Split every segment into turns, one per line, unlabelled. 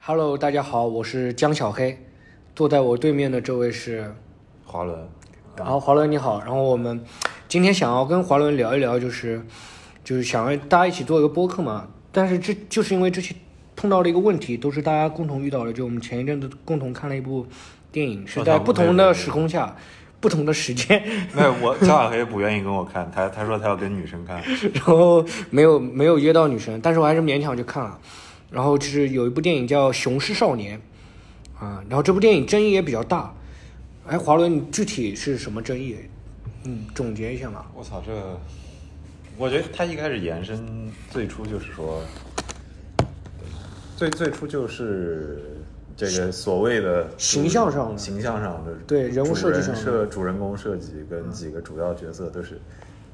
Hello，大家好，我是江小黑，坐在我对面的这位是
滑轮，
然后华伦你好，然后我们今天想要跟华伦聊一聊，就是就是想要大家一起做一个播客嘛，但是这就是因为之前碰到了一个问题，都是大家共同遇到的，就我们前一阵子共同看了一部电影，是
我
在
想
不
对
同
对
的
对
时空下、不同的时间，
那我张小黑不愿意跟我看，他他说他要跟女生看，
然后没有没有约到女生，但是我还是勉强去看了。然后就是有一部电影叫《雄狮少年》，啊，然后这部电影争议也比较大。哎，华伦，你具体是什么争议？嗯，总结一下嘛。
我操这，我觉得他一开始延伸最初就是说，最最初就是这个所谓的
形象上的
形象上的
对人物设计
主
上的嗯
设主人公设计跟几个主要角色都是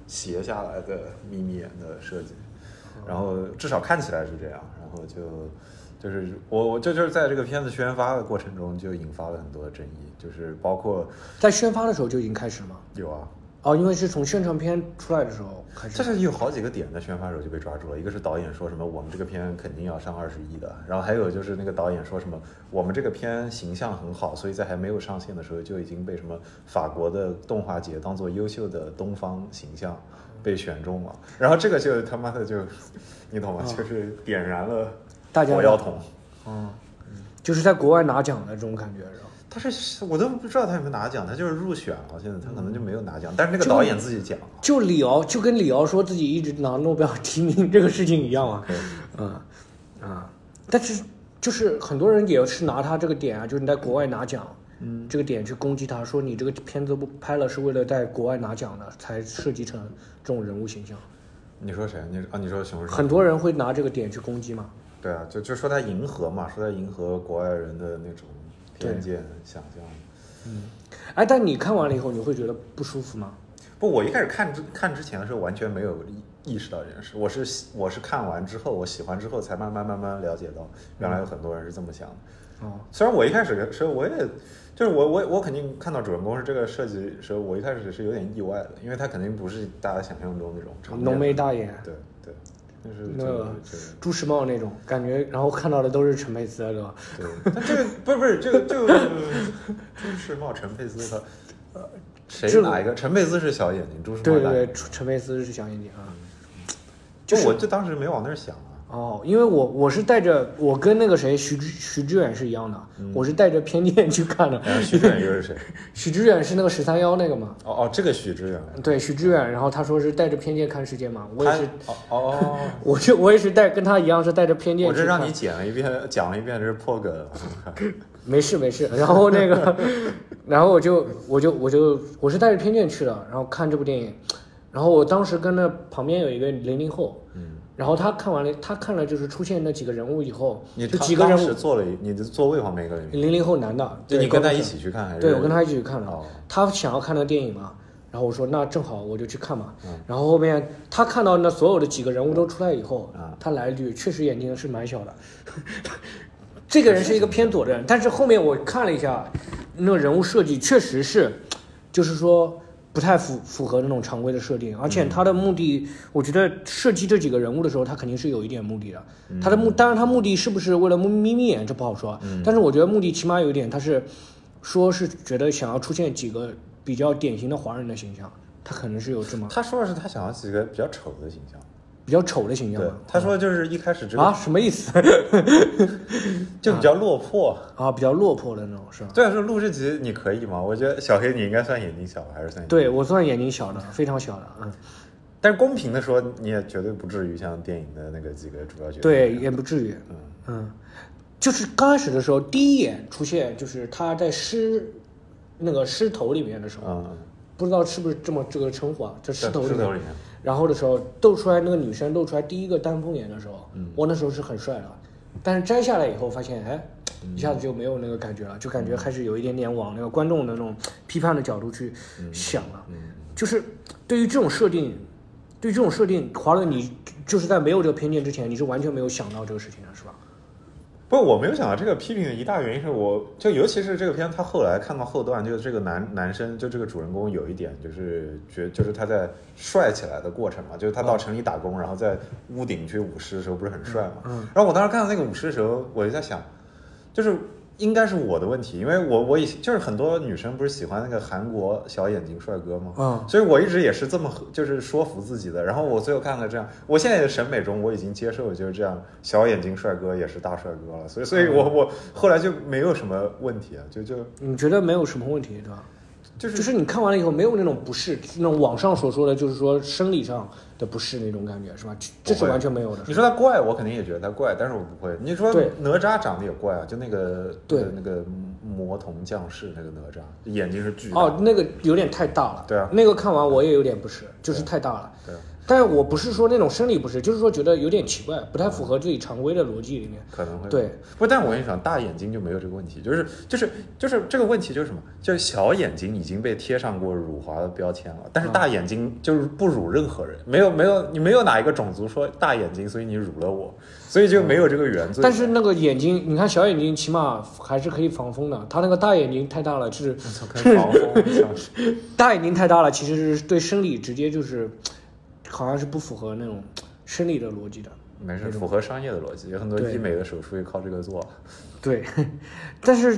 斜下来的眯眯眼的设计，
嗯
然后至少看起来是这样，然后就。就是我，我这就是在这个片子宣发的过程中就引发了很多争议，就是包括
在宣发的时候就已经开始了吗？
有啊，
哦，因为是从宣传片出来的时候开始。
这是有好几个点在宣发时候就被抓住了，一个是导演说什么我们这个片肯定要上二十亿的，然后还有就是那个导演说什么我们这个片形象很好，所以在还没有上线的时候就已经被什么法国的动画节当做优秀的东方形象被选中了，然后这个就他妈的就，你懂吗？就是点燃了
啊大家
火药桶。
哦，就是在国外拿奖的这种感觉，是吧？
他是我都不知道他有没有拿奖，他就是入选了，现在他可能就没有拿奖，但是那个
嗯就
导演自己讲，
就李敖，就跟李敖说自己一直拿诺贝尔提名这个事情一样啊。
对
嗯，啊，但是就是很多人也是拿他这个点啊，就是你在国外拿奖，嗯，这个点去攻击他，说你这个片子不拍了是为了在国外拿奖的，才设计成这种人物形象。
你说谁？你啊，你说熊市长
很多人会拿这个点去攻击嘛。
对啊，就就说他迎合嘛，说他迎合国外人的那种偏见想象。
哎，但你看完了以后，你会觉得不舒服吗？
不，我一开始看之看之前的时候，完全没有意意识到这件事。我是喜我是看完之后，我喜欢之后，才慢慢慢慢了解到，原来有很多人是这么想的。
哦，
虽然我一开始的时候，我也就是我我我肯定看到主人公是这个设计的时候，我一开始是有点意外的，因为他肯定不是大家想象中那种常见的
浓眉大眼，
对对，就是
那个
就是就是
朱时茂那种感觉，然后看到的都是陈佩斯，啊对吧？
对， 但这个不是不是这个这个 朱时茂、陈佩斯他，呃，
这
谁
个
哪一个？陈佩斯是小眼睛，朱时茂
对
大
对
眼
对，
睛。
陈佩斯是小眼睛啊。
就我就当时没往那儿想啊，
哦，因为我我是带着我跟那个谁徐志徐志远是一样的，
嗯
我是带着偏见去看的。
然后许志远又是谁？
许志远是那个十三幺那个嘛？
哦哦，这个许志远，
对，许志远，然后他说是带着偏见看世界嘛，我
他
也是，
哦 哦，
我是我也是带跟他一样是带着偏见
我这
去
让
看
你。剪了一遍，讲了一遍这是破梗，啊我看
没事没事，然后那个， 然后我就我就我就我是带着偏见去的，然后看这部电影，然后我当时跟那旁边有一个零零后，
嗯，
然后他看完了，他看了就是出现那几个人物以后，
你
就
当
几个人
当时
物，
坐了一，你的座位旁边一个人，
零零后男的，
就
对
你跟他
高中
一
生
起去看还是？
对，我跟他一起去看的。
哦
他想要看那个电影嘛，然后我说那正好我就去看嘛。
嗯
然后后面他看到那所有的几个人物都出来以后，
嗯
他来了一句：“确实眼睛是蛮小的。” 这个人是一个偏左的人，但是后面我看了一下，那个人物设计确实是，就是说不太符符合那种常规的设定，而且他的目的，我觉得设计这几个人物的时候，他肯定是有一点目的的。他的目，当然他目的是不是为了眯眯眯眼，这不好说。但是我觉得目的起码有一点，他是说是觉得想要出现几个比较典型的华人的形象，他可能是有这么
他说的是他想要几个比较丑的形象，
比较丑的形象
对
吧。，
他说就是一开始这
啊，
个
什么意思
就比较落魄，
啊？比较落魄的那种是吧？
对啊，说录这集你可以吗？我觉得小黑你应该算眼睛小吧，还是算眼睛
对我算眼睛小的，非常小的，嗯。
但是公平的说，你也绝对不至于像电影的那个几个主要角色那
对，
样，
也不至于。
嗯
嗯，就是刚开始的时候，第一眼出现就是他在狮那个狮头里面的时候，
嗯，
不知道是不是这么这个称呼啊，就
对
狮头里
石头
面。
里面，
然后的时候露出来那个女生露出来第一个丹凤眼的时候，
嗯
我那时候是很帅的，但是摘下来以后发现，哎，
嗯
一下子就没有那个感觉了，就感觉开始有一点点往那个观众的那种批判的角度去想了。
嗯，
就是对于这种设定，对于这种设定，华伦，你就是在没有这个偏见之前，你是完全没有想到这个事情啊的，是吧？
不是我没有想到这个批评的一大原因是我就尤其是这个片，他后来看到后段，就是这个男男生就这个主人公有一点就是觉就是他在帅起来的过程嘛，就是他到城里打工，然后在屋顶去舞狮的时候不是很帅嘛，
嗯
然后我当时看到那个舞狮的时候，我就在想，就是应该是我的问题，因为我我以就是很多女生不是喜欢那个韩国小眼睛帅哥吗？
嗯
所以我一直也是这么就是说服自己的。然后我最后看了这样，我现在的审美中我已经接受就是这样，小眼睛帅哥也是大帅哥了。所以所以我
嗯
我后来就没有什么问题啊，就就
你觉得没有什么问题，对吧？
就是
就是你看完了以后没有那种不适，那种网上所说的就是说生理上的不适那种感觉，是吧？这这是
不会
完全没有的。
你说他怪，我肯定也觉得他怪，但是我不会。你说
对
哪吒长得也怪啊，就那个
对
那个魔童降世那个哪吒，眼睛是巨大的。
哦，那个有点太大了。
对啊
那个看完我也有点不适，就是太大了。
对，
但是我不是说那种生理不适，就是说觉得有点奇怪，不太符合自己常规的逻辑里面。
可能会
对，
不，但我跟你讲，大眼睛就没有这个问题，就是就是就是这个问题就是什么？就是小眼睛已经被贴上过辱华的标签了，但是
嗯
大眼睛就是不辱任何人，没有没有你没有哪一个种族说大眼睛，所以你辱了我，所以就没有这个原罪。
嗯但是那个眼睛，你看小眼睛起码还是可以防风的，他那个大眼睛太大了，就是
跟防风 像是
大眼睛太大了，其实是对生理直接就是，好像是不符合那种生理的逻辑的。
没事，符合商业的逻辑，有很多
对
医美的手术也靠这个做。
对， 但是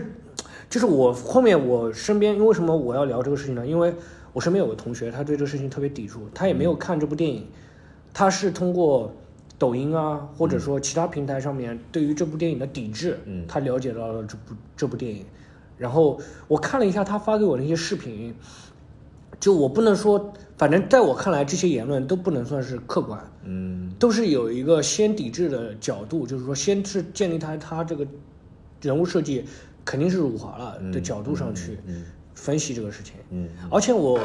就是我后面我身边，因为为什么我要聊这个事情呢？因为我身边有个同学，他对这个事情特别抵触，他也没有看这部电影，他是通过抖音啊，或者说其他平台上面对于这部电影的抵制，
嗯
他了解到了这部这部电影。然后我看了一下他发给我那些视频，就我不能说，反正在我看来，这些言论都不能算是客观，
嗯
都是有一个先抵制的角度，就是说先是建立他他这个人物设计肯定是辱华了的
嗯
角度上去
嗯
分析这个事情。
嗯，
而且我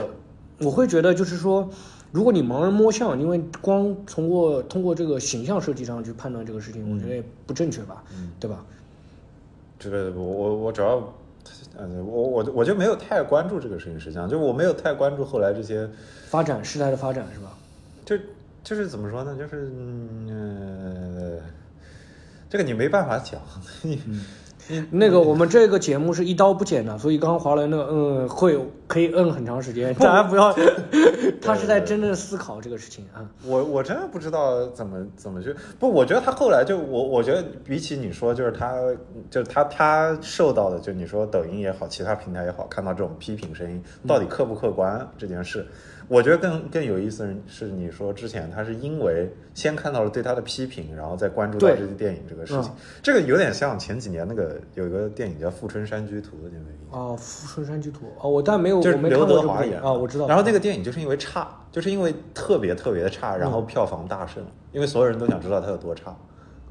我会觉得就是说，如果你盲人摸象，因为光通过通过这个形象设计上去判断这个事
嗯
情，我觉得也不正确吧，对吧？
这个我我我主要，呃，我我我就没有太关注这个事情，实际上就我没有太关注后来这些，
发展事态的发展是吧？
就就是怎么说呢，就是嗯、呃，这个你没办法讲，你、嗯
那个我们这个节目是一刀不剪的，所以刚刚华伦那个嗯会可以摁很长时间，大家不要，他是在真正思考这个事情啊。
我我真的不知道怎么怎么去不，我觉得他后来就我我觉得比起你说就是他就是他他受到的就你说抖音也好，其他平台也好，看到这种批评声音到底客不客观这件事，我觉得更更有意思是你说之前他是因为先看到了对他的批评，然后再关注到
对
这部电影这个事情，这个有点像前几年那个有一个电影叫《富春山居图》的，你有没有印象？
哦，《富春山居图》哦，我但没有，
就是
我没看
刘
过
德
这部
华
电影
演的
啊，我知道。
然后那个电影就是因为差，就是因为特别特别的差，然后
嗯
票房大胜，因为所有人都想知道它有多差。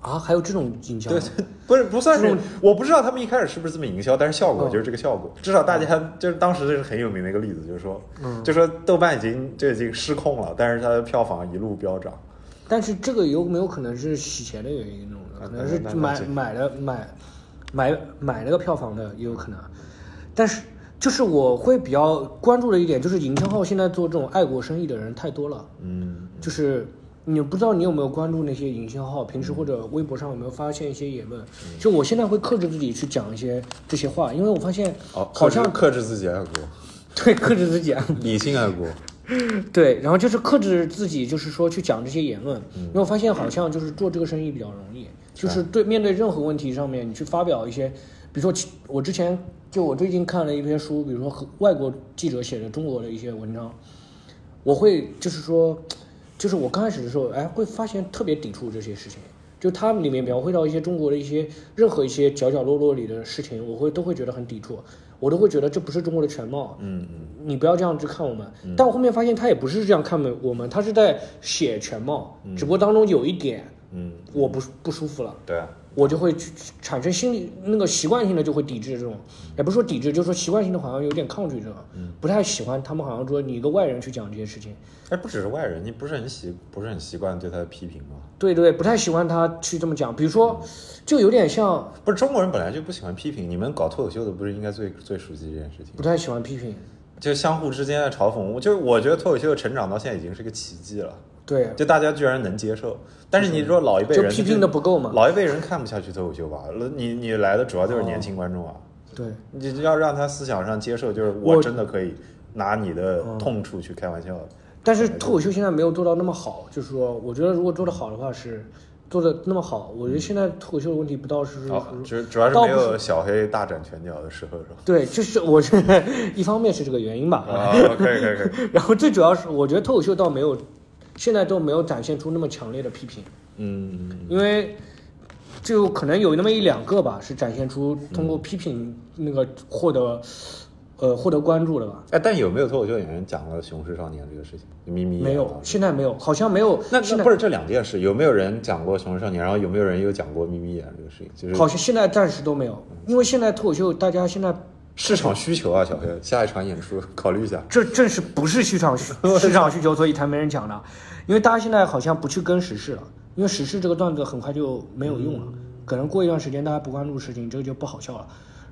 啊，还有这种影像，
对，不是不算
这
是
种，嗯
我不知道他们一开始是不是这么营销，但是效果就是这个效果。至少大家就是当时这是很有名的一个例子，就是说，
嗯
就说豆瓣已经就已经失控了，但是它的票房一路飙涨。
但是这个有没有可能是洗钱的原因那种的？
啊
可能是
那那那
买买
这
了买买买那个票房的也有可能，但是就是我会比较关注的一点就是营销号现在做这种爱国生意的人太多了，
嗯，
就是你不知道你有没有关注那些营销号，平时或者微博上有没有发现一些言论？
嗯
就我现在会克制自己去讲一些这些话，因为我发现
哦，
好像
克制自己爱国，
对克制自己啊。
理性爱国。
对，然后就是克制自己，就是说去讲这些言论，因为我发现好像就是做这个生意比较容易，就是对面对任何问题上面，你去发表一些，比如说其我之前就我最近看了一篇书，比如说和外国记者写的中国的一些文章，我会就是说，就是我刚开始的时候，哎，会发现特别抵触这些事情。就他们里面描绘到一些中国的一些任何一些角角落落里的事情，我会都会觉得很抵触，我都会觉得这不是中国的全貌，
嗯嗯，
你不要这样去看我们。但我后面发现他也不是这样看我们，他是在写全貌，只不过当中有一点
嗯，
我不不舒服了，
对啊，
我就会去产生心理那个习惯性的就会抵制这种，也不是说抵制，就是说习惯性的好像有点抗拒这种，不太喜欢他们好像说你一个外人去讲这些事情，
哎，不只是外人，你不是很习不是很习惯对他的批评吗？
对对，不太喜欢他去这么讲，比如说就有点像
不是中国人本来就不喜欢批评，你们搞脱口秀的不是应该最最熟悉这件事情吗？
不太喜欢批评，
就相互之间的嘲讽，我就是我觉得脱口秀成长到现在已经是个奇迹了，
对，
就大家居然能接受。但是你说老一辈
就
人
批评的不够嘛，
老一辈人看不下去脱口秀吧？你你来的主要就是年轻观众啊，
对。
你要让他思想上接受，就是
我
我真的可以拿你的痛处去开玩笑。
但是脱口秀现在没有做到那么好，就是说，我觉得如果做得好的话是做的那么好，我觉得现在脱口秀的问题不到是
哦，主主要是
倒
没
不
有小黑大展拳脚的时候是 吧？
对，就是我是一方面是这个原因吧，
啊，可以可以可以，
然后最主要是我觉得脱口秀倒没有，现在都没有展现出那么强烈的批评，
嗯，嗯
因为就可能有那么一两个吧，是展现出通过批评那个获得呃获得关注的吧。
哎，但有没有脱口秀演员讲了《熊市少年》这个事情？咪咪
没
啊
有，现在没有，好像没有。
那
现在
那不是这两件事，有没有人讲过《熊市少年》，然后有没有人又讲过《咪咪眼》这个事情？就是
好像现在暂时都没有，因为现在脱口秀大家现在
市场需求啊，小黑，下一场演出考虑一下。
这正是不是市 场需市场需求，所以才没人讲了。因为大家现在好像不去跟时事了，因为时事这个段子很快就没有用了，可能过一段时间大家不关注事情，这个就不好笑了。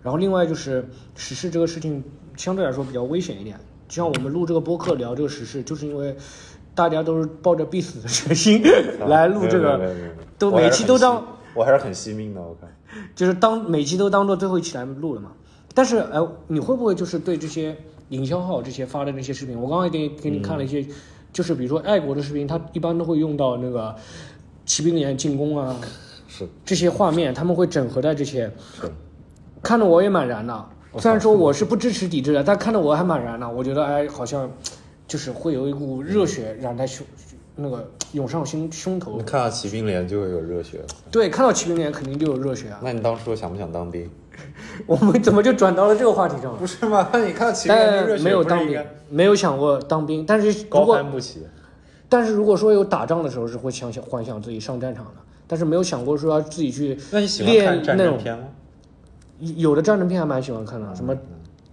然后另外就是时事这个事情相对来说比较危险一点，就像我们录这个播客聊这个时事，就是因为大家都是抱着必死的决心 来录这
没有
个
没有没有没有，
都
我还
每
是
期
很
都
惜
当，
我还是很惜命的，我看。
就是当每期都当做最后一期来录了嘛。但是，哎、你会不会就是对这些营销号这些发的那些视频？我刚刚也给给你看了一
嗯
些，就是比如说爱国的视频，它一般都会用到那个骑兵连进攻啊
是
这些画面，他们会整合在这些，
是，
看得我也蛮燃的。
我操
虽然说我是不支持抵制的，但看得我还蛮燃的。我觉得，哎，好像就是会有一股热血染在胸，那个涌上心胸头
你。看到骑兵连就会有热血。
对，看到骑兵连肯定就有热血啊！
那你当初想不想当兵？
我们怎么就转到了这个话题上了？
不是吗？那你看到骑
但没有当兵，没有想过当兵。但是如
高
果
攀不起。
但是如果说有打仗的时候，是会想想幻想自己上战场的，但是没有想过说要自己去
那你喜欢
练
看战
那
争
种
片吗？
有的战争片还蛮喜欢看的，什么《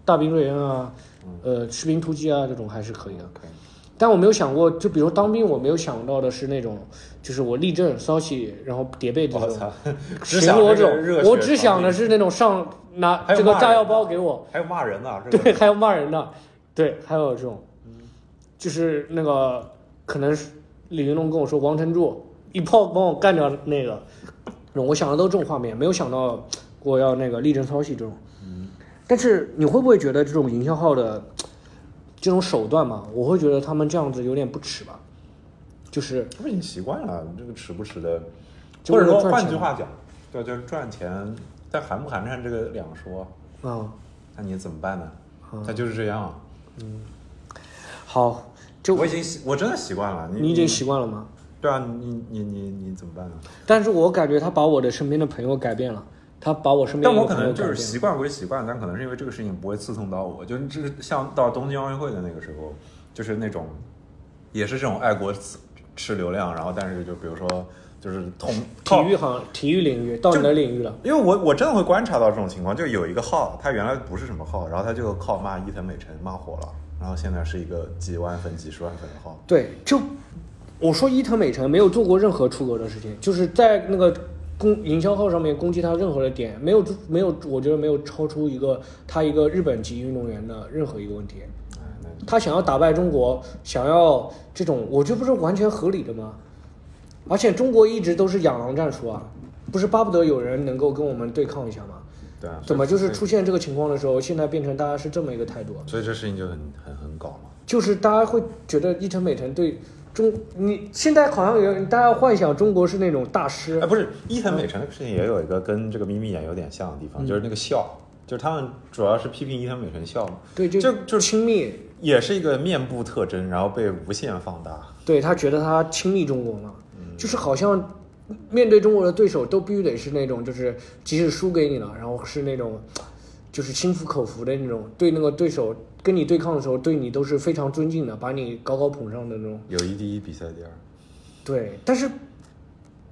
大兵瑞恩》啊，呃，《士兵突击》啊，这种还是可以的。
可以
但我没有想过，就比如当兵，我没有想到的是那种，就是我立正、骚气，然后叠被这
我
种
操， 只
巡
想
逻
这
这
个热
种，
血
我只
场
想的
景
是那种上拿
还有
这个
骂
炸
人
药包给我，
还有骂人的啊，这
对，
个
还有骂人的，对，还有这种，就是那个可能是李云龙跟我说王晨柱一炮帮我干掉那个，我想的都是这种画面，没有想到我要那个立正操戏这种。
嗯
但是你会不会觉得这种营销号的这种手段嘛？我会觉得他们这样子有点不耻吧，就是
不是你习惯了，这个吃不吃的，
就
或者
为了
说
赚
换
钱
句话讲，对，就是赚钱，但寒不寒碜这个两说，
啊、
那你怎么办呢？他就是这样啊，
好，就
我已经习我真的习惯了，你
你已经习惯了吗？
对啊，你你你你怎么办呢？
但是我感觉他把我的身边的朋友改变了，他把我身边
但
的朋
我
友
可
改变
能
了。
就是习惯归习惯，但可能是因为这个事情不会刺痛到我。就是这像到东京奥运会的那个时候，就是那种也是这种爱国吃吃流量，然后但是就比如说就是同
体育行体育领域到你的领域了，
因为我我真的会观察到这种情况，就有一个号，他原来不是什么号，然后他就靠骂伊藤美诚骂火了，然后现在是一个几万粉、几十万粉的号。
对，就我说伊藤美诚没有做过任何出格的事情，就是在那个攻营销号上面攻击他任何的点，没有没有，我觉得没有超出一个他一个日本籍运动员的任何一个问题。
哎，那
他想要打败中国，想要这种，我觉得不是完全合理的吗？而且中国一直都是养狼战术啊，不是巴不得有人能够跟我们对抗一下吗？
对啊，
怎么就是
所以
出现这个情况的时候，现在变成大家是这么一个态度啊？
所以这事情就很很很搞嘛。
就是大家会觉得伊藤美诚对中，你现在好像有大家幻想中国是那种大师
哎，，不是伊藤美诚那个事情也有一个跟这个眯眯眼有点像的地方，就是那个笑，就是他们主要是批评伊藤美诚笑嘛，
对，就
就就是
亲密，
也是一个面部特征，然后被无限放大。
对他觉得他亲密中国嘛，就是好像面对中国的对手都必须得是那种，就是即使输给你了，然后是那种就是心服口服的那种，对那个对手跟你对抗的时候，对你都是非常尊敬的，把你高高捧上的那种。
友谊第一，比赛第二。
对，但是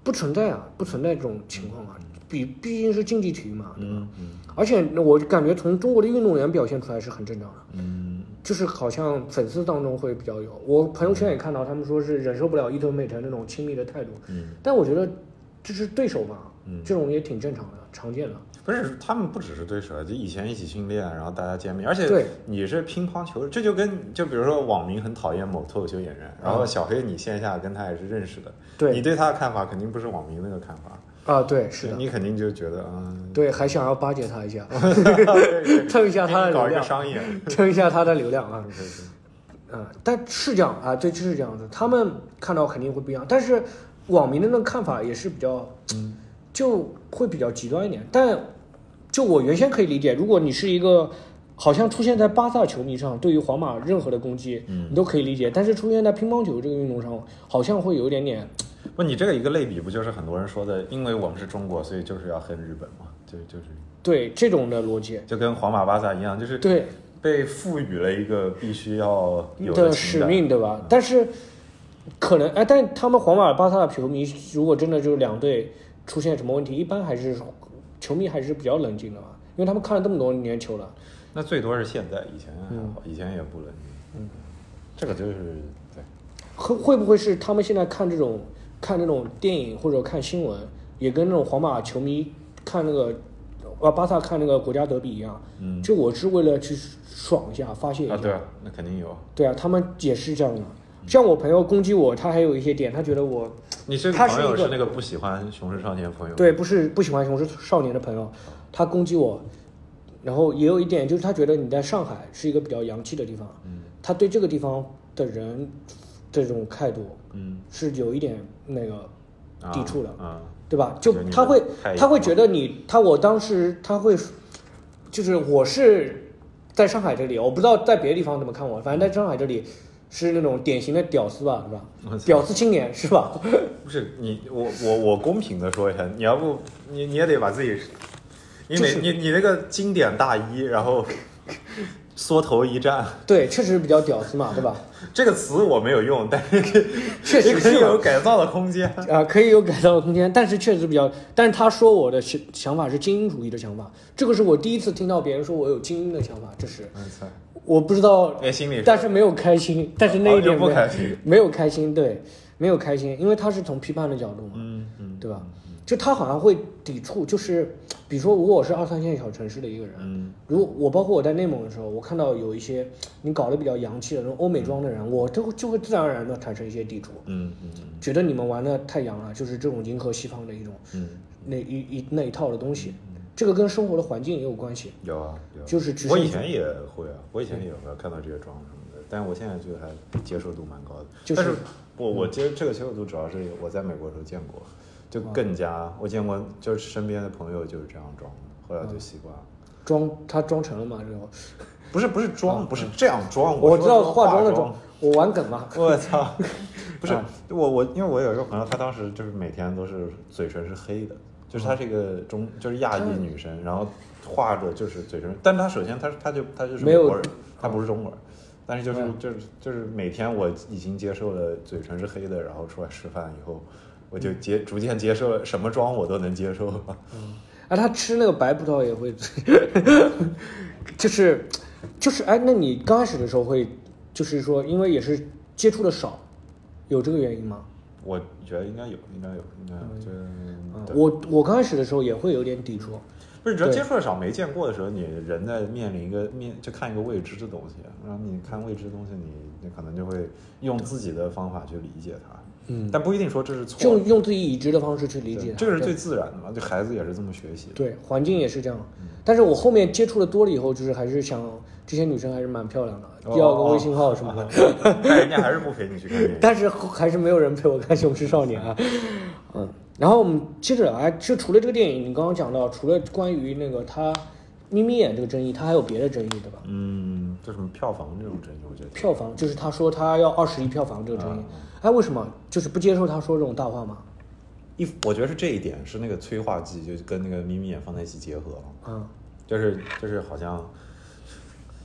不存在啊，不存在这种情况啊，比毕竟是竞技体育嘛，对吧？
嗯
而且我感觉从中国的运动员表现出来是很正常的，
嗯，
就是好像粉丝当中会比较有。我朋友圈也看到他们说是忍受不了伊藤美诚那种亲密的态度，
嗯
但我觉得这是对手嘛，
嗯
这种也挺正常的，常见的。
不是，他们不只是对手，就以前一起训练，然后大家见面，而
对
且你是乒乓球，这就跟就比如说网民很讨厌某脱口秀演员，然后小黑你线下跟他也是认识的，
啊对
你对他的看法肯定不是网民那个看法，
啊，对，是的，
你肯定就觉得嗯，
对，还想要巴结他一下，
对
蹭一下他的流
搞一个
量，
商业，
蹭一下他的流量 啊。
对对对
呃嗯，但是这样啊，对，这是这样的，他们看到肯定会不一样。但是网民的那个看法也是比较，就会比较极端一点。但就我原先可以理解，如果你是一个好像出现在巴萨球迷上，对于皇马任何的攻
嗯
击，你都可以理解。但是出现在乒乓球这个运动上，好像会有一点点，
不，你这个一个类比不就是很多人说的，因为我们是中国，所以就是要恨日本嘛，就就是
对这种的逻辑，
就跟皇马、巴萨一样，就是
对
被赋予了一个必须要有
的
情
使
感。
命，对吧？但是可能哎，但他们皇马、巴萨的球迷，如果真的就是两队出现什么问题，一般还是球迷还是比较冷静的嘛，因为他们看了这么多年球了。
那最多是现在，以前还
嗯
好，以前也不冷静。嗯，这个就是对，
会会不会是他们现在看这种看这种电影或者看新闻，也跟那种皇马球迷看那个啊巴萨看那个国家德比一样？
嗯
就我是为了去爽一下，发泄一下。
啊，对啊，那肯定有。
对啊，他们也是这样的。像我朋友攻击我，他还有一些点，他觉得我
你是
他是
朋友
一个
是那个不喜欢雄狮少年朋友，
对不是不喜欢《雄狮少年》的朋友，他攻击我，然后也有一点就是他觉得你在上海是一个比较洋气的地方，
嗯
他对这个地方的人这种态度
嗯，
是有一点那个
啊
抵触的。
啊，
对吧？
就
就是
你
他
的
会
态
他
度
会
嘛
觉得你他我当时他会就是我是在上海这里，我不知道在别的地方怎么看我，反正在上海这里是那种典型的屌丝吧，是吧
我？操
屌丝青年是吧？
不是你，我我我公平的说一下，你要不你你也得把自己，你每、
就是
你你那个经典大衣，然后缩头一站
对，确实比较屌丝嘛，对 吧？
这个词我没有用，但是
确
也
实
可以
是
有
嘛
改造的空间。
啊、可以有改造的空间，但是确实比较，但是他说我的想想法是精英主义的想法，这个是我第一次听到别人说我有精英的想法，这是
我操，
我不知道
哎，心里
但是没有开心，但是那一
哦就
点没
不
有
开心
没有开心，对，没有开心，因为他是从批判的角度嘛，
嗯嗯，
对吧？就他好像会抵触，就是比如说，如果我是二三线小城市的一个人，
嗯
如果我包括我在内蒙的时候，我看到有一些你搞得比较洋气的那种欧美装的人，我就会就会自然而然的产生一些抵触，
嗯嗯嗯
觉得你们玩的太洋了，就是这种迎合西方的一种
嗯，
那一一那一套的东西，这个跟生活的环境也有关系，
有啊有啊。
就是只
我
是
以前也会啊，我以前也会看到这些妆什么的，但我现在觉得还接受度蛮高的。
就是
但是我我接这个接受度主要是我在美国的时候见过，就更
嗯
加我见过，就是身边的朋友就是这样装的，后来
嗯
就习惯了。
装他装成了嘛，这种，
不是不是装，不是这样装，
嗯我
说
知道
是
化妆的
妆
妆。，我玩梗嘛，
我操！不是
啊
我我，因为我有一个朋友，她当时就是每天都是嘴唇是黑的，就是她是一个中就是亚裔女生，然后画着就是嘴唇，但她首先她她就她就是
没有
美国人，她不是中国人，但是就是
嗯
就是就是每天我已经接受了嘴唇是黑的，然后出来吃饭以后，我就
嗯
接逐渐接受了什么妆我都能接受 了。
啊，他吃那个白葡萄也会， 就是就是哎，那你刚开始的时候会，就是说，因为也是接触的少，有这个原因吗？
我觉得应该有，应该有，应该有，就
嗯
对
我我刚开始的时候也会有点抵触，
不是，你知道
对
接触的少，没见过的时候，你人在面临一个面就看一个未知的东西，然后你看未知的东西，你你可能就会用自己的方法去理解它，
嗯，
但不一定说这是错
就
的，
用自己已知的方式去理
对
解它，
这个是
对
最自然的嘛，对嗯孩子也是这么学习的。
对环境也是这样。但是我后面接触的多了以后，就是还是想这些女生还是蛮漂亮的，
哦
要个微信号什么的。
但哎人家还是不陪你去看电影。
但是还是没有人陪我看《雄狮少年》啊。 嗯，然后我们接着来，就除了这个电影，你刚刚讲到，除了关于那个他眯眯眼这个争议，他还有别的争议，对吧？
嗯，就什么票房这种争议，我觉得
票房就是他说他要二十亿票房这个争
哦
议，哎，为什么就是不接受他说这种大话吗？
一，我觉得是这一点是那个催化剂，就跟那个眯眯眼放在一起结合了。
啊、
就是就是好像，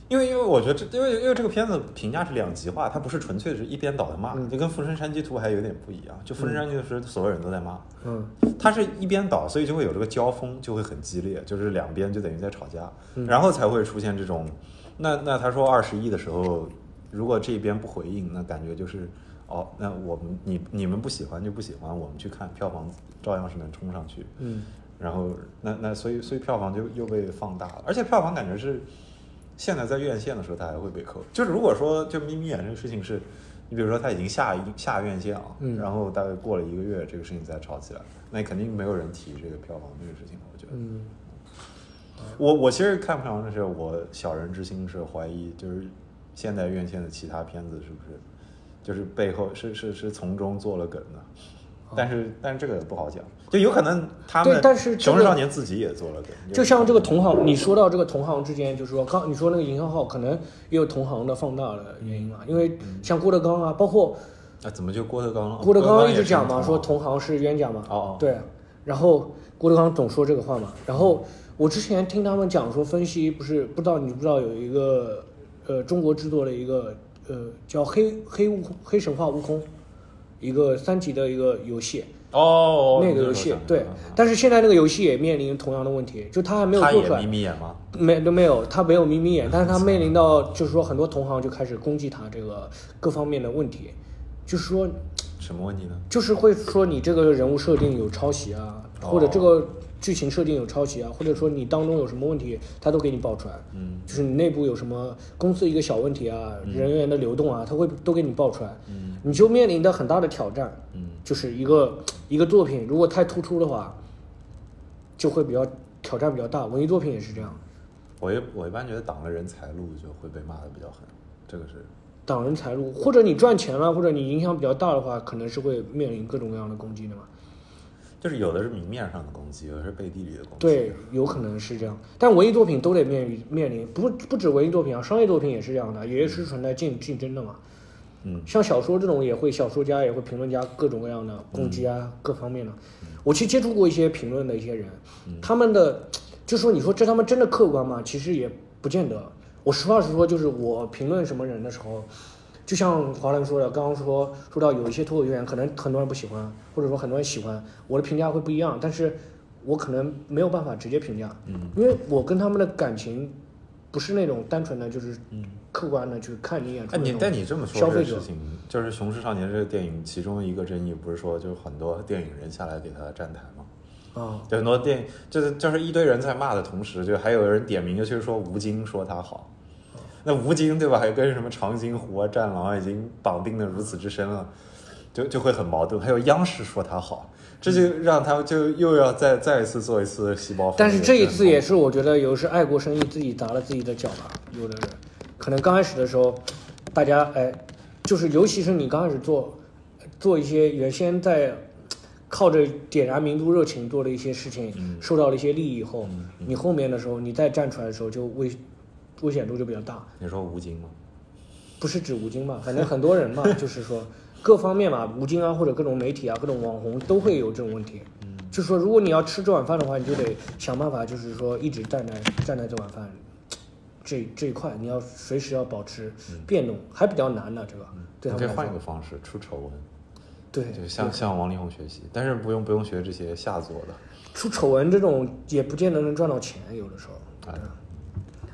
因为因为我觉得这因为因为这个片子评价是两极化，它不是纯粹是一边倒的骂，就跟《富春山居图》还有点不一样。就《富春山居图》所有人都在骂，
嗯，
它是一边倒，所以就会有这个交锋，就会很激烈，就是两边就等于在吵架，然后才会出现这种。那那他说二十亿的时候，如果这边不回应，那感觉就是。哦，那我们你你们不喜欢就不喜欢，我们去看票房照样是能冲上去。
嗯，
然后那那所以所以票房就又被放大了，而且票房感觉是现在在院线的时候它还会被扣。就是如果说就眯眯眼这个事情是，你比如说它已经下一下院线了，
嗯
然后大概过了一个月这个事情再炒起来，那肯定没有人提这个票房这个事情了。我觉得，
嗯
我我其实看票房的时候，我小人之心是怀疑，就是现在院线的其他片子是不是就是背后是是是从中做了梗的。但是但是这个不好讲，就有可能他
哦对
们
但是这
熊市
个
少年自己也做了个，
就像这个同行，你说到这个同行之间，就是说刚你说那个营销号，可能也有同行的放大的原因嘛。
嗯
因为像郭德纲啊，包括
啊，怎么就郭德纲了？
郭德纲一
也
直
是
讲嘛，说
行
同行是冤家嘛。
哦哦
对，然后郭德纲总说这个话嘛。然后我之前听他们讲说，分析不是不知道你知不知道有一个呃中国制作的一个呃叫黑黑悟空黑神话悟空，一个三级的一个游戏。
哦，
那个
我
游
知道
戏
我知道
对，但是现在那个游戏也面临同样的问题，就他还没有
嗯他
做
也
出来
眯。眯眼吗？
没都没有，他没有眯眯眼，但是他面临到就是说很多同行就开始攻击他这个各方面的问题，就是说
什么问题呢？
就是会说你这个人物设定有抄袭啊，
哦
或者这个剧情设定有抄袭啊，或者说你当中有什么问题，他都给你爆出来。
嗯，
就是你内部有什么公司一个小问题啊，人员的流动啊，他会都给你爆出来。
嗯，
你就面临的很大的挑战。
嗯，
就是一个一个作品如果太突出的话，就会比较挑战比较大。文艺作品也是这样，
我一我一般觉得挡了人财路就会被骂的比较狠，这个是
挡人财路，或者你赚钱了，或者你影响比较大的话，可能是会面临各种各样的攻击的嘛。
就是有的是明面上的攻击，有的是背地里的攻击。
对，有可能是这样，但文艺作品都得面临面临，不不止文艺作品啊，商业作品也是这样的，也是存在竞竞争的嘛。
嗯，
像小说这种也会，小说家也会，评论家各种各样的攻击啊，各方面的。我去接触过一些评论的一些人，
嗯
他们的就说你说这他妈真的客观吗？其实也不见得。我实话实说，就是我评论什么人的时候，就像华伦说的，刚刚说说到有一些脱口秀演员，可能很多人不喜欢，或者说很多人喜欢，我的评价会不一样，但是我可能没有办法直接评价，
嗯，
因为我跟他们的感情不是那种单纯的，就是
嗯
客观的去看你演出
哎，
那种。
你但你这么说
消
这
费
个
者
事情，就是《雄狮少年》这个电影，其中一个争议不是说，就是很多电影人下来给他站台吗？
啊、
就很多电影，就是就是一堆人在骂的同时，就还有人点名，尤其是说吴京说他好。那吴京对吧，还跟什么长津湖啊、战狼啊已经绑定的如此之深了，就就会很矛盾。还有央视说他好，这就让他就又要再再一次做一次细胞分裂。
但是这一次
真的
也是，我觉得有是爱国生意自己砸了自己的脚吧。有的人，可能刚开始的时候，大家哎，就是尤其是你刚开始做做一些原先在靠着点燃民族热情做的一些事情，受到了一些利益以后，你后面的时候，你再站出来的时候，就危危险度就比较大。
你说吴京吗？
不是指吴京嘛，反正很多人 嘛，就是说各方面嘛，吴京啊或者各种媒体啊、各种网红都会有这种问题。
嗯
就说如果你要吃这碗饭的话，你就得想办法，就是说一直站在站在这碗饭这这一块，你要随时要保持变动，还比较难呢、这个对他
你可以
们来
嗯换
说
一个方式出丑闻，
对
就向向王力宏学习，但是不用不用学这些下作的。
出丑闻这种也不见得能赚到钱，有的时候。
哎
对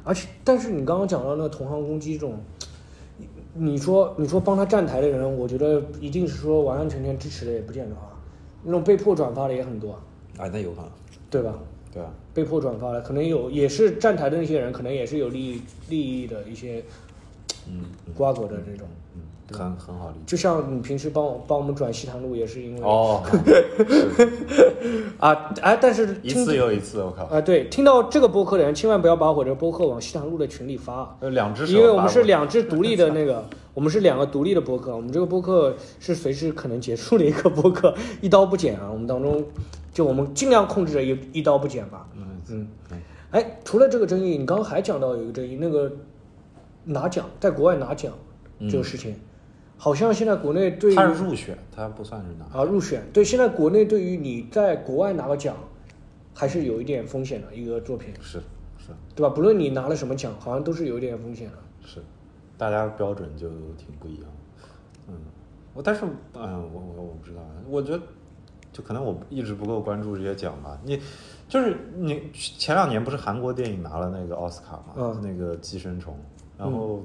而且，但是你刚刚讲到那个同行攻击这种，你你说你说帮他站台的人，我觉得一定是说完完全全支持的也不见得啊，那种被迫转发的也很多，
哎，那有可能，
对吧？
对啊，
被迫转发的可能有，也是站台的那些人，可能也是有利益利益的一些
嗯嗯
瓜葛的这种。
嗯，很很好理解。
就像你平时帮我帮我们转西塘路，也是因为、
哦，
啊哎，但是
一
听
次又一次，我靠！
啊对，听到这个播客的人，千万不要把我这个播客往西塘路的群里发啊。
呃，两只手，
因为我们是，两只独立 的那个，我们是两个独立的播客，我们这个播客是随时可能结束的一个播客，一刀不剪啊。我们当中就我们尽量控制着一一刀不剪吧。
嗯
嗯
嗯，
哎，除了这个争议，你刚刚还讲到有一个争议，那个拿奖在国外拿奖这个事情，好像现在国内对于
嗯他是入选，他不算是拿。
啊入选，对现在国内对于你在国外拿个奖，还是有一点风险的一个作品，
是是
对吧？不论你拿了什么奖，好像都是有一点风险的。
是，大家标准就挺不一样。嗯，我但是，嗯，我我我不知道，我觉得就可能我一直不够关注这些奖吧。你就是你前两年不是韩国电影拿了那个奥斯卡嘛，
嗯
那个《寄生虫》，然后。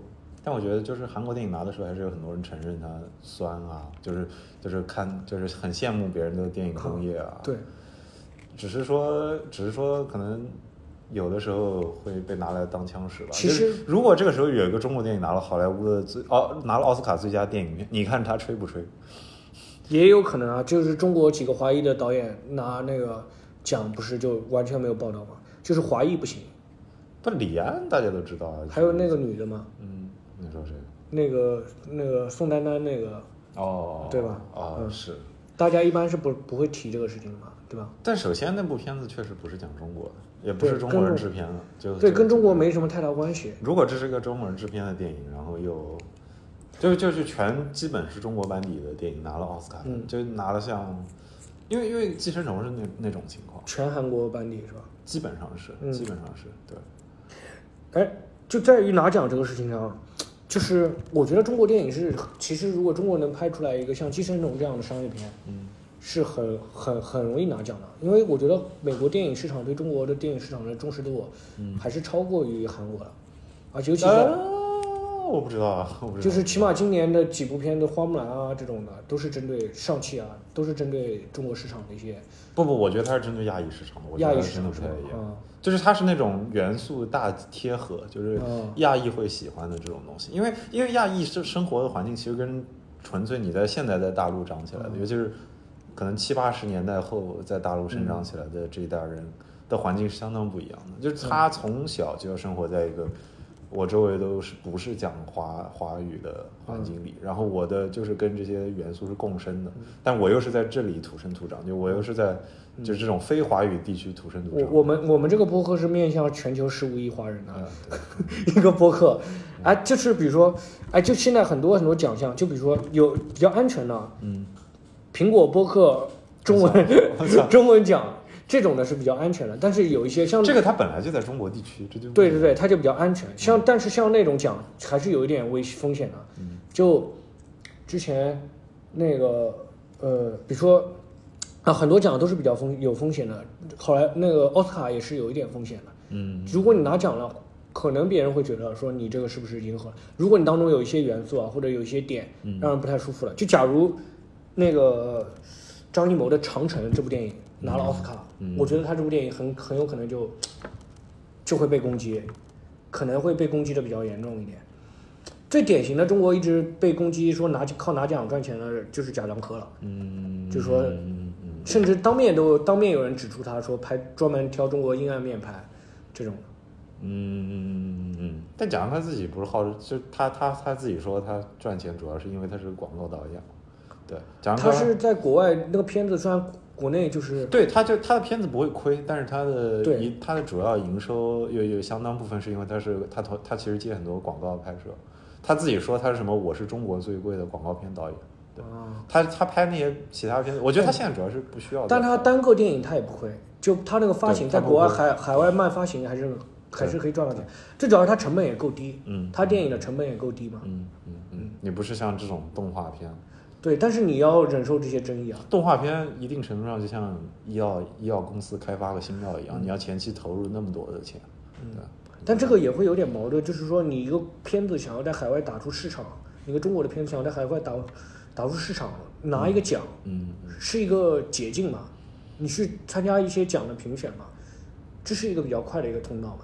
但我觉得，就是韩国电影拿的时候，还是有很多人承认它酸啊，就是就是看，就是很羡慕别人的电影工 业啊。
对，
只是说，只是说，可能有的时候会被拿来当枪使吧。
其
就是
实
如果这个时候有一个中国电影拿了好莱坞的最哦，拿了奥斯卡最佳电影片，你看他吹不吹？
也有可能啊，就是中国几个华裔的导演拿那个奖，不是就完全没有报道吗？就是华裔不行，
不，李安大家都知道啊。
还有那个女的嘛，
嗯，你说谁？
那个那个宋丹丹那个，
哦，
对吧
哦，
嗯
是，
大家一般是不不会提这个事情的嘛，对吧？
但首先那部片子确实不是讲中国的，也不是中国人制片的，就
对，跟中国。
就
没什么太大关系。
如果这是个中国人制片的电影，然后又就就是全基本是中国班底的电影拿了奥斯卡，
嗯
就拿了像，因为因为《寄生虫》是那那种情况，
全韩国班底是吧？
基本上是，
嗯
基本上是对。
哎，就在于拿奖这个事情上，就是我觉得中国电影是，其实如果中国能拍出来一个像《寄生虫》这样的商业片，
嗯，
是很很很容易拿奖的，因为我觉得美国电影市场对中国的电影市场的重视度，
嗯
还是超过于韩国的，而且尤其
啊
是，
我不知道啊，我不知道。
就是起码今年的几部片子，《花木兰》啊这种的，都是针对上汽啊，都是针对中国市场的一些
不不，我觉得它是针对亚裔市场的，我觉
亚
得
裔
它
市
真的
场是
不太
吧？
一样。
啊，
就是它是那种元素大贴合，就是
嗯
亚裔会喜欢的这种东西，因为因为亚裔生生活的环境其实跟纯粹你在现在在大陆长起来
嗯
的，尤其是可能七八十年代后在大陆生长起来的这一代人的环境是相当不一样的，
嗯
就是他从小就生活在一个。我周围都是不是讲华华语的环境
嗯
里，然后我的就是跟这些元素是共生的，但我又是在这里土生土长，就我又是在就这种非华语地区土生土
我
长。嗯
我们我们这个播客是面向全球十五亿华人的、 一个播客，哎，就是比如说，哎，就现在很多很多奖项，就比如说有比较安全的，
嗯，
苹果播客中 文中文奖这种的是比较安全的，但是有一些像
这个它本来就在中国地区，这就
对对对，它就比较安全。
嗯
像但是像那种奖还是有一点危风险的，就之前那个呃，比如说啊，很多奖都是比较风有风险的，后来那个奥斯卡也是有一点风险的。
嗯，
如果你拿奖了，可能别人会觉得说你这个是不是迎合了？如果你当中有一些元素啊，或者有一些点
嗯
让人不太舒服了，就假如那个张艺谋的《长城》这部电影拿了奥斯卡，
嗯
我觉得他这部电影很很有可能就就会被攻击，可能会被攻击的比较严重一点。最典型的中国一直被攻击说拿靠拿奖赚钱的就是贾樟柯了，
嗯，
就说
嗯嗯
甚至当面都当面有人指出他说拍专门挑中国阴暗面拍这种的。
嗯嗯嗯嗯，但讲他自己不是好，就他他他自己说他赚钱主要是因为他是个广告导演，对，讲
他是在国外那个片子，虽然国内就是
对，他就他的片子不会亏，但是他的
对
一他的主要营收有有相当部分是因为他是他投他其实接很多广告拍摄，他自己说他是什么我是中国最贵的广告片导演，对
啊，
他他拍那些其他片子，我觉得他现在主要是不需要的，
但他单个电影他也不亏，就他那个发行
对
在
他
国外
不亏
海海外卖发行还是还是可以赚到钱，最主要是他成本也够低，
嗯
他电影的成本也够低嘛。
嗯嗯嗯，你不是像这种动画片。
对，但是你要忍受这些争议啊。
动画片一定程度上就像医药医药公司开发个新药一样，你要前期投入那么多的钱，对吧？
但这个也会有点矛盾，就是说你一个片子想要在海外打出市场，一个中国的片子想要在海外打打出市场，拿一个奖，
嗯，
是一个捷径嘛，你去参加一些奖的评选嘛，这是一个比较快的一个通道嘛。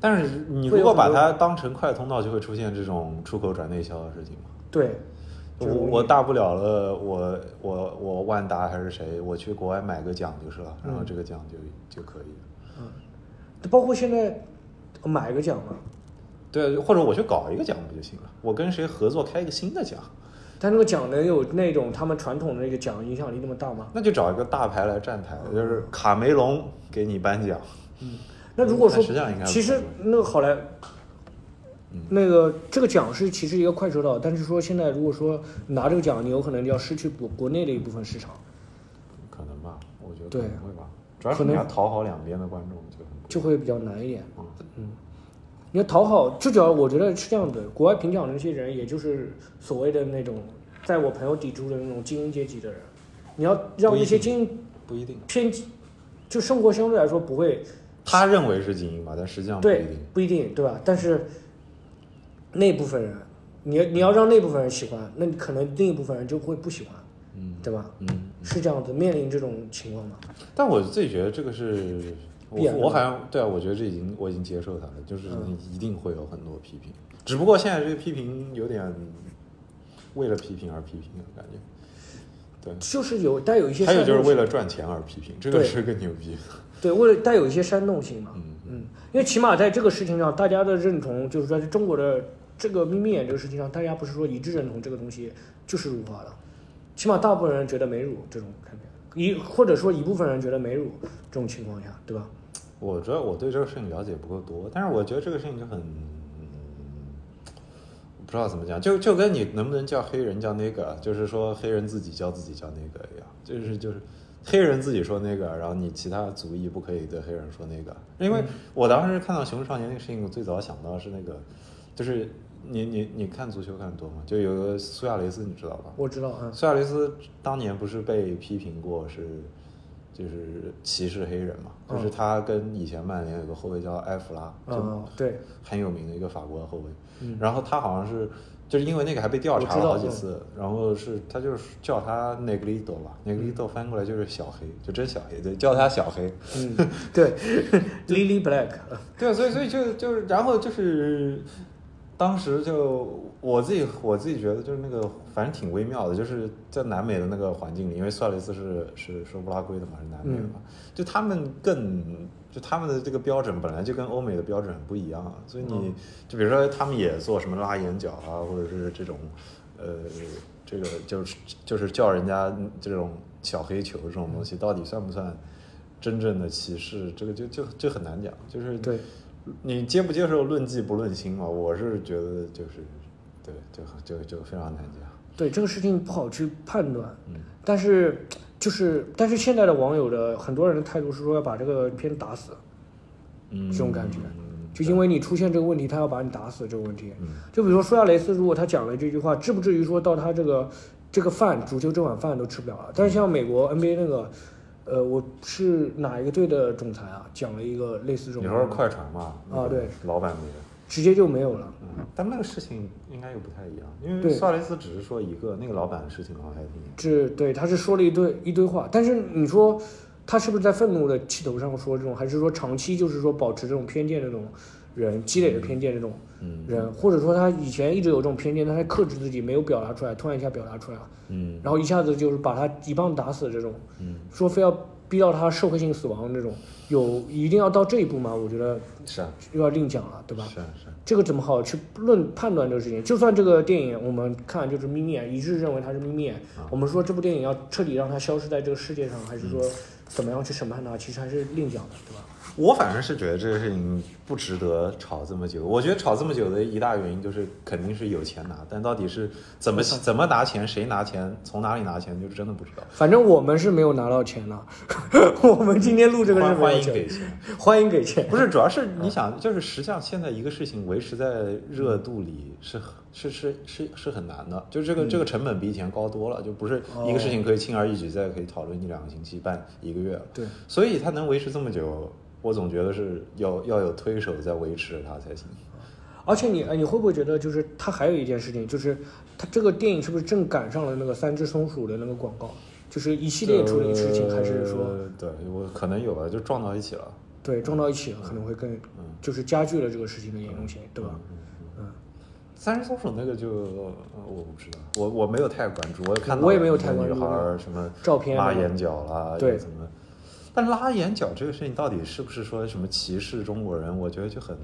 但是你如果把它当成快通道，就会出现这种出口转内销的事情嘛。
对，就
我
是
我大不了了，我我我万达还是谁，我去国外买个奖就是了，然后这个奖就就可以。
嗯包括现在买个奖嘛，
对，或者我去搞一个奖不就行了？嗯我跟谁合作开一个新的奖，
但那个奖能有那种他们传统的那个奖影响力那么大吗？
那就找一个大牌来站台，就是卡梅隆给你颁奖。
那如果说
但实际上应该不
其实
会嗯
那个好莱，那个这个奖是其实一个快车道，但是说现在如果说拿这个奖，你有可能要失去国国内的一部分市场，
可能吧，我觉得
对啊
可能会吧。主要是
可能
你要讨好两边的观众，就很
就会比较难一点。
嗯
你要讨好，最主要我觉得是这样的，国外评奖的那些人，也就是所谓的那种，在我朋友抵触的那种精英阶级的人，你要让那些精英
不一定。
偏，就生活相对来说不会
他认为是精英吧，但实际上不一
对
定。，
不一定，对吧？但是那部分人，你你要让那部分人喜欢，那你可能另一部分人就会不喜欢，
嗯
对吧？
嗯，
是这样子，面临这种情况吗？
但我自己觉得这个是，我
必然的
我好像对啊，我觉得这已经我已经接受他了，就是你一定会有很多批评，
嗯
只不过现在这个批评有点为了批评而批评的感觉。对，
就是有带有一些
还
煽
有
动
就
性，
是为了赚钱而批评，这个
对
是个牛逼。
对为了带有一些煽动性嘛，
嗯
嗯，因为起码在这个事情上，大家的认同就是在中国的这个眯眯眼这个事情上，大家不是说一致认同这个东西就是如何的，起码大部分人觉得没辱这种看片，一或者说一部分人觉得没辱这种情况下，对吧？
我觉得我对这个事情了解不够多，但是我觉得这个事情就很，不知道怎么讲，就就跟你能不能叫黑人叫那个，就是说黑人自己叫自己叫那个一样，就是就是黑人自己说那个，然后你其他族裔不可以对黑人说那个，因为我当时看到《熊出少年》那个事情，我最早想到的是那个，就是你你你看足球看得多吗？就有个苏亚雷斯，你知道吧？
我知道，嗯，
苏亚雷斯当年不是被批评过是就是歧视黑人嘛？
嗯
就是他跟以前曼联有个后卫叫埃弗拉，就
嗯，对，
很有名的一个法国后卫。
嗯，
然后他好像是就是因为那个还被调查
我知
了
道嗯
好几次，然后是他就是叫他 Negrito 吧，Negrito 翻过来就是小黑，就真小黑，对，叫他小黑。
嗯，对 ，Lily Black，
对，所以所以就就是，然后就是，当时就我自己我自己觉得就是那个，反正挺微妙的，就是在南美的那个环境里，因为苏亚雷斯是是是乌拉圭的嘛，是南美的嘛，就他们更就他们的这个标准本来就跟欧美的标准很不一样，啊所以你、就比如说他们也做什么拉眼角啊，或者是这种呃这个就是就是叫人家这种小黑球这种东西，到底算不算？真正的歧视，这个就就就很难讲，就是
嗯对，
你接不接受论迹不论心嘛？我是觉得就是，对，就就就非常难讲。
对，这个事情不好去判断，
嗯，
但是就是，但是现在的网友的很多人的态度是说要把这个片打死，
嗯，
这种感觉
嗯
就因为你出现这个问题，他要把你打死这个问题。
嗯
就比如说苏亚雷斯，如果他讲了这句话，至不至于说到他这个这个饭，足球这碗饭都吃不了了。但是像美
嗯
国 NBA 那个，呃，我是哪一个队的总裁啊，讲了一个类似这种，
你说是快船嘛？那个
对，
老板那个，
直接就没有了。
嗯，但那个事情应该又不太一样，因为
对
苏亚雷斯只是说一个那个老板的事情，好像还挺严。
这对他是说了一堆一堆话，但是你说他是不是在愤怒的气头上说这种，还是说长期就是说保持这种偏见这种人积累的偏见这种
嗯
人，或者说他以前一直有这种偏见，但他克制自己没有表达出来，突然一下表达出来了，
嗯
然后一下子就是把他一棒打死这种，
嗯，
说非要逼到他社会性死亡这种，有一定要到这一步吗？我觉得
是啊，
又要另讲了，对吧？
是啊，是啊。
这个怎么好去论判断这个事情？就算这个电影我们看就是眯眯眼，一致认为它是眯眯眼，
啊
我们说这部电影要彻底让它消失在这个世界上，还是说
嗯
怎么样去审判它，其实还是另讲的，对吧？
我反正是觉得这个事情不值得吵这么久。我觉得吵这么久的一大原因就是肯定是有钱拿，但到底是怎么怎么拿钱，谁拿钱，从哪里拿钱，就真的不知道。
反正我们是没有拿到钱的， 我们今天录这个是
欢
没
欢
有
迎
钱，
给钱。
欢迎给钱，
不是，主要是你想，就是实际上现在一个事情维持在热度里是很是是是是很难的，就这个、
嗯
这个成本比以前高多了，就不是
哦
一个事情可以轻而易举再可以讨论一两个星期、半一个月了。
对，
所以它能维持这么久，我总觉得是要要有推手在维持它才行。
而且你哎，你会不会觉得就是它还有一件事情，就是它这个电影是不是正赶上了那个三只松鼠的那个广告，就是一系列处理事情，还是说？
呃对我可能有吧，就撞到一起了。
对，撞到一起了，可能会更，就是加剧了这个事情的严重性，对吧？嗯，
三只松鼠那个就呃我不知道，我我没有太关注，我看到
我也没有太
那个
关注
女孩儿什么
照片
拉
啊
眼角啦，
对
又怎么？但拉眼角这个事情到底是不是说什么歧视中国人？我觉得就很，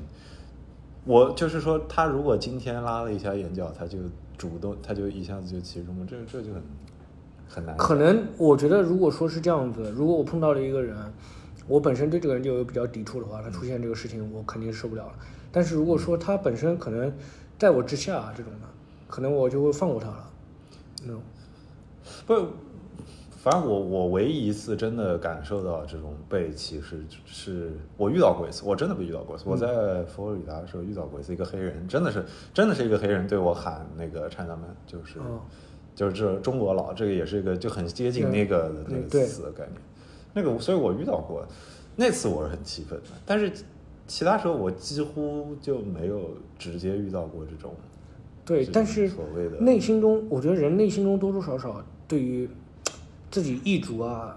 我就是说，他如果今天拉了一下眼角，他就主动，他就一下子就歧视中国，这这就很很难。
嗯可能我觉得，如果说是这样子，如果我碰到了一个人，我本身对这个人就有比较抵触的话，他出现这个事情，我肯定是受不了了。但是如果说他本身可能在我之下、这种的，可能我就会放过他了。那种，
不，反正我我唯一一次真的感受到这种被歧视，是我遇到过一次，我真的被遇到过一次。
嗯
我在佛罗里达的时候遇到过一次，一个黑人真的是真的是一个黑人对我喊那个 China man，就是、
哦
就是这中国佬，这个也是一个就很接近那个的
嗯
那个
对
词的概念。那个，所以我遇到过，那次我是很气愤的，但是其他时候我几乎就没有直接遇到过这种
对，
这
但
种
是
所谓的嗯
内心中，我觉得人内心中多多少少对于自己异族啊、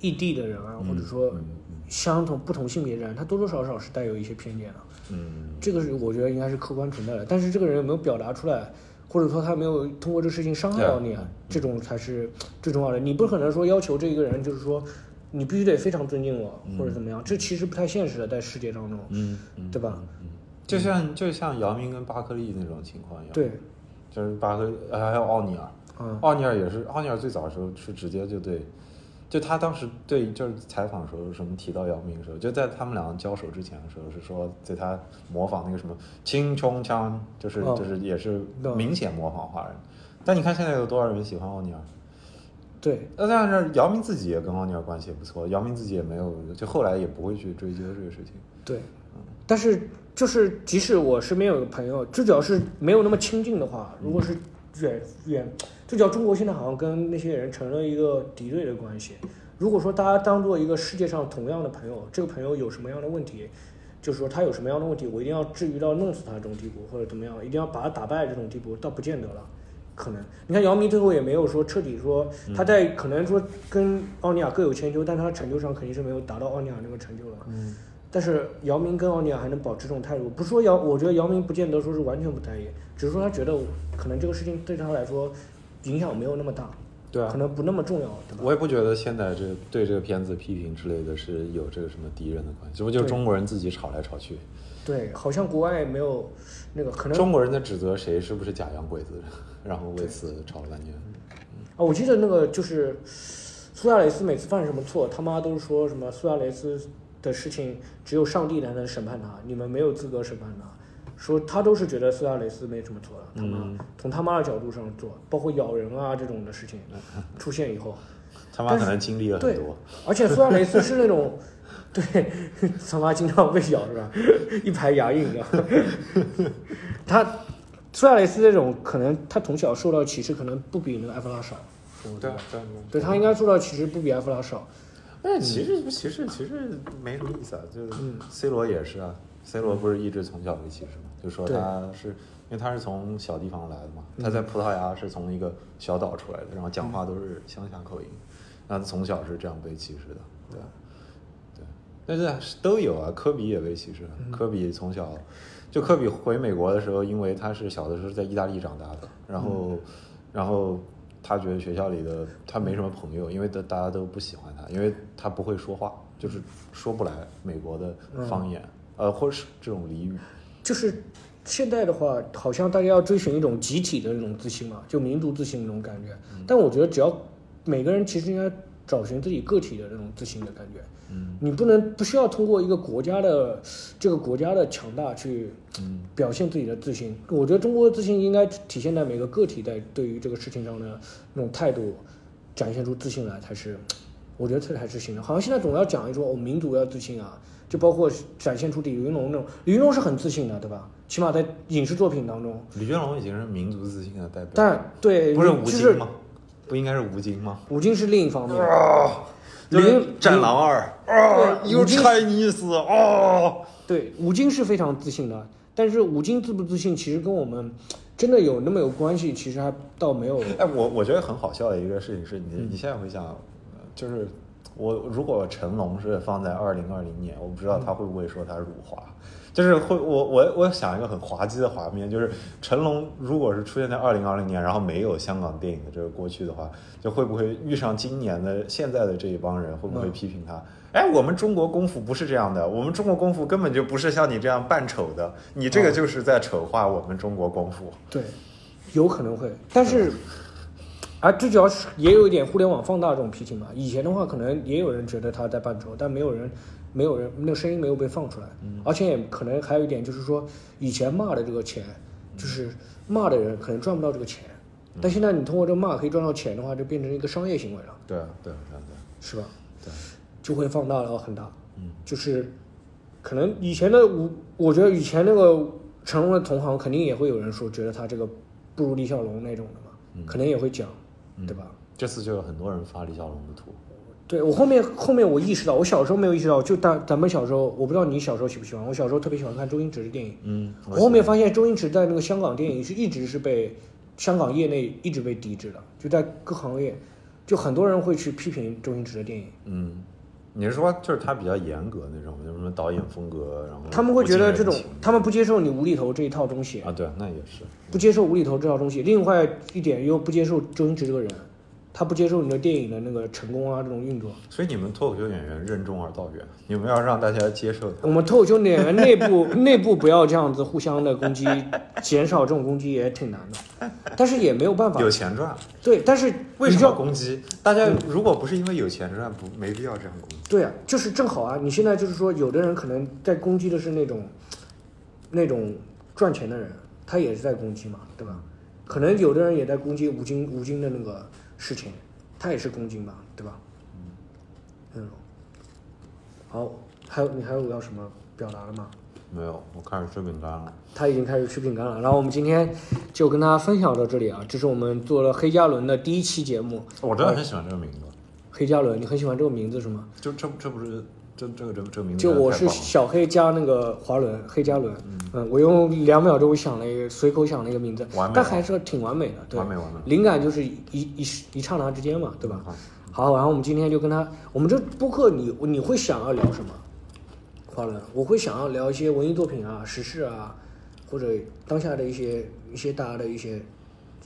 异地的人啊，或者说
嗯嗯
相同不同性别的人，他多多少少是带有一些偏见的、
嗯
这个是我觉得应该是客观存在的。但是这个人有没有表达出来，或者说他没有通过这个事情伤害到你，啊，这种才是最重要的。你不可能说要求这一个人就是说你必须得非常尊敬我、或者怎么样，这其实不太现实的，在世界当中，
嗯嗯
对吧？
就像就像姚明跟巴克利那种情况一样，呃
对，
就是巴克利还有奥尼尔，
嗯
奥尼尔也是，奥尼尔最早的时候是直接就对，就他当时对就是采访的时候什么提到姚明的时候，就在他们两个交手之前的时候是说对他模仿那个什么青冲枪，就是、
哦
就是也是
那
明显模仿华人。但你看现在有多少人喜欢奥尼尔？
对，
那但是姚明自己也跟奥尼尔关系也不错，姚明自己也没有就后来也不会去追究这个事情。
对，但是就是即使我身边有个朋友，就只要是没有那么亲近的话，如果是远远，就只要中国现在好像跟那些人成了一个敌对的关系，如果说大家当做一个世界上同样的朋友，这个朋友有什么样的问题，就是说他有什么样的问题，我一定要至于到弄死他这种地步，或者怎么样，一定要把他打败这种地步，倒不见得了。可能你看姚明最后也没有说彻底说他在可能说跟奥尼尔各有千秋，但他成就上肯定是没有达到奥尼尔那个成就了。
嗯，
但是姚明跟奥尼尔还能保持这种态度，不是说姚，我觉得姚明不见得说是完全不在意，只是说他觉得可能这个事情对他来说影响没有那么大，
对啊
可，能不那么重要，对吧？
我也不觉得现在这对这个片子批评之类的是有这个什么敌人的关系，这不就是
对
中国人自己吵来吵去？
对，好像国外没有那个可能
中国人在指责谁是不是假洋鬼子，然后为此吵了半天。
啊，我记得那个就是苏亚雷斯每次犯什么错，他妈都是说什么苏亚雷斯的事情只有上帝才能审判他，你们没有资格审判他。说他都是觉得苏亚雷斯没什么错的，他妈、
嗯
从他妈的角度上做，包括咬人啊这种的事情出现以后，
他妈可能经历了很多，
而且苏亚雷斯是那种，对，他妈经常被咬是吧？一排牙印的。他苏亚雷斯这种，可能他从小受到歧视，可能不比那个埃弗拉少。
对啊对啊
对他应该受到歧视不比埃弗拉少。
但是其实其实其实没什么意思啊，就是
嗯
C 罗也是啊，C 罗不是一直从小被歧视嘛，就说
对
他是因为他是从小地方来的嘛，
嗯
他在葡萄牙是从一个小岛出来的，然后讲话都是乡下口音，那他从小是这样被歧视的，对啊，对，但是都有啊，科比也被歧视啊，科比从小就科比回美国的时候，因为他是小的时候在意大利长大的，然后、然后他觉得学校里的他没什么朋友，因为大大家都不喜欢他，因为他不会说话，就是说不来美国的方言，呃，或者是这种俚语。
就是现在的话，好像大家要追寻一种集体的那种自信嘛，就民族自信那种感觉。但我觉得，只要每个人其实应该找寻自己个体的那种自信的感觉。
嗯
你不能不需要通过一个国家的这个国家的强大去
嗯
表现自己的自信。我觉得中国的自信应该体现在每个个体在对于这个事情上的那种态度，展现出自信来才是，我觉得这才是行的。好像现在总要讲一说，哦，民族要自信啊，就包括展现出李云龙那种，李云龙是很自信的，对吧？起码在影视作品当中，
李云龙已经是民族自信的代表，
但对，
不是吴
就
京
是
吗？不应该是吴京吗？
吴京是另一方面，啊
就
李
是
云
战狼二啊
对
，You
吴京
Chinese 哦，
对，吴京是非常自信的，但是吴京自不自信，其实跟我们真的有那么有关系，其实还倒没有。
哎，我我觉得很好笑的一个事情是你，你现在回想，呃就是我如果成龙是放在二零二零年，我不知道他会不会说他辱华，就是会我我我想一个很滑稽的画面，就是成龙如果是出现在二零二零年，然后没有香港电影的这个过去的话，就会不会遇上今年的现在的这一帮人，会不会
嗯
批评他？哎，我们中国功夫不是这样的，我们中国功夫根本就不是像你这样扮丑的，你这个就是在丑化我们中国功夫。
对，有可能会，但是啊，最主要是也有一点互联网放大这种批评嘛。以前的话，可能也有人觉得他在扮丑，但没有人，没有人那个声音没有被放出来，
嗯
而且也可能还有一点就是说，以前骂的这个钱，就是骂的人可能赚不到这个钱，但现在你通过这骂可以赚到钱的话，就变成一个商业行为了，
对啊，对啊，对啊，对啊，
是吧？
对啊。
就会放大了很大。
嗯，
就是可能以前的我，我觉得以前那个成龙的同行肯定也会有人说觉得他这个不如李小龙那种的嘛，
嗯
可能也会讲，对吧？
这次就有很多人发李小龙的图，
对我后面后面我意识到，我小时候没有意识到，就咱咱们小时候，我不知道你小时候喜不喜欢，我小时候特别喜欢看周星驰的电影，
嗯，
我后面发现周星驰在那个香港电影是一直是被香港业内一直被抵制的，就在各行业，就很多人会去批评周星驰的电影。
嗯，你是说就是他比较严格那种，就是什么导演风格，然后
他们会觉得这种
嗯不近人，情
他们不接受你无厘头这一套东西，
啊，对，那也是，
不接受无厘头这套东西。另外一点又不接受周星驰这个人，他不接受你的电影的那个成功啊这种运作。
所以你们脱口秀演员任重而道远，你们要让大家接受
我们脱口秀演员内 部内部不要这样子互相的攻击，减少这种攻击也挺难的，但是也没有办法。
有钱赚，
对，但是
为
你
什
知道
么嗯攻击？大家如果不是因为有钱赚，不没必要这样攻击。
对啊，就是正好啊，你现在就是说，有的人可能在攻击的是那种，那种赚钱的人，他也是在攻击嘛，对吧？可能有的人也在攻击吴京，吴京的那个事情，他也是攻击嘛，对吧？嗯。好，还有你还有要什么表达的吗？
没有，我开始吃饼干了。
他已经开始吃饼干了，然后我们今天就跟大家分享到这里啊，这是我们做了黑加仑的第一期节目。
我真的很喜欢这个名字，
黑加仑，你很喜欢这个名字是吗？
就这这不是这这个这这个名字
就
真的
我
太
是
棒了
小黑加那个滑轮，黑加仑。嗯，我用两秒钟想了一个，随口想了一个名字
完，美
但
了
还是挺完美的。对，
完美完美
灵感就是一一一刹那之间嘛，对吧？
好
好，然后我们今天就跟他，我们这播客你你会想要聊什么？滑轮，我会想要聊一些文艺作品啊、时事啊，或者当下的一些一些大家的一些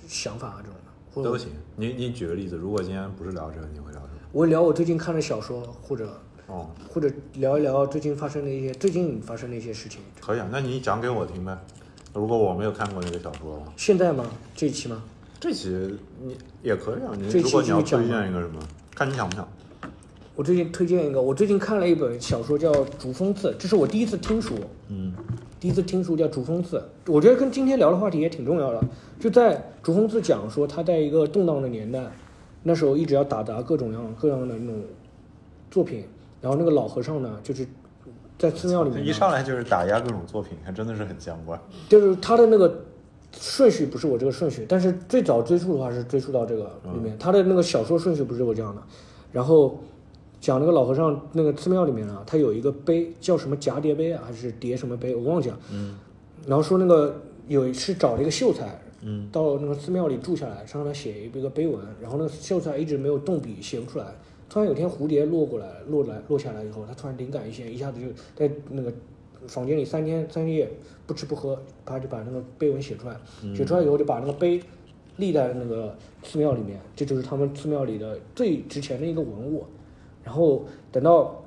想法啊这种的，或者
都行。你你举个例子，如果今天不是聊这个，你会聊什么？
我聊我最近看的小说，或者
哦，
或者聊一聊最近发生的一些最近发生的一些事情。
可以啊，那你讲给我听呗。如果我没有看过那个小说的话，
现在吗？这一期吗？
这期你也可以啊。你
这期
如果你要
就讲
推荐一个什么，看你想不想。
我最近推荐一个，我最近看了一本小说叫《竹峰寺》，这是我第一次听说，
嗯，
第一次听说叫《竹峰寺》，我觉得跟今天聊的话题也挺重要的。就在竹峰寺讲说，他在一个动荡的年代，那时候一直要打砸各种样各样的那种作品，然后那个老和尚呢，就是在寺庙里面呢
一上来就是打压各种作品，还真的是很相关。
就是他的那个顺序不是我这个顺序，但是最早追溯的话是追溯到这个里面，他的那个小说顺序不是我这样的。然后讲那个老和尚那个寺庙里面啊，他有一个碑叫什么蛱蝶碑啊，还是蝶什么碑，我忘记了。嗯。然后说那个有一次找了一个秀才，
嗯，
到那个寺庙里住下来，让他写一个碑文，然后那个秀才一直没有动笔，写不出来。突然有天蝴蝶落过来，落来落下来以后，他突然灵感一现，一下子就在那个房间里三天三夜不吃不喝，他就把那个碑文写出来，写出来以后就把那个碑立在那个寺庙里面，这就是他们寺庙里的最值钱的一个文物。然后等到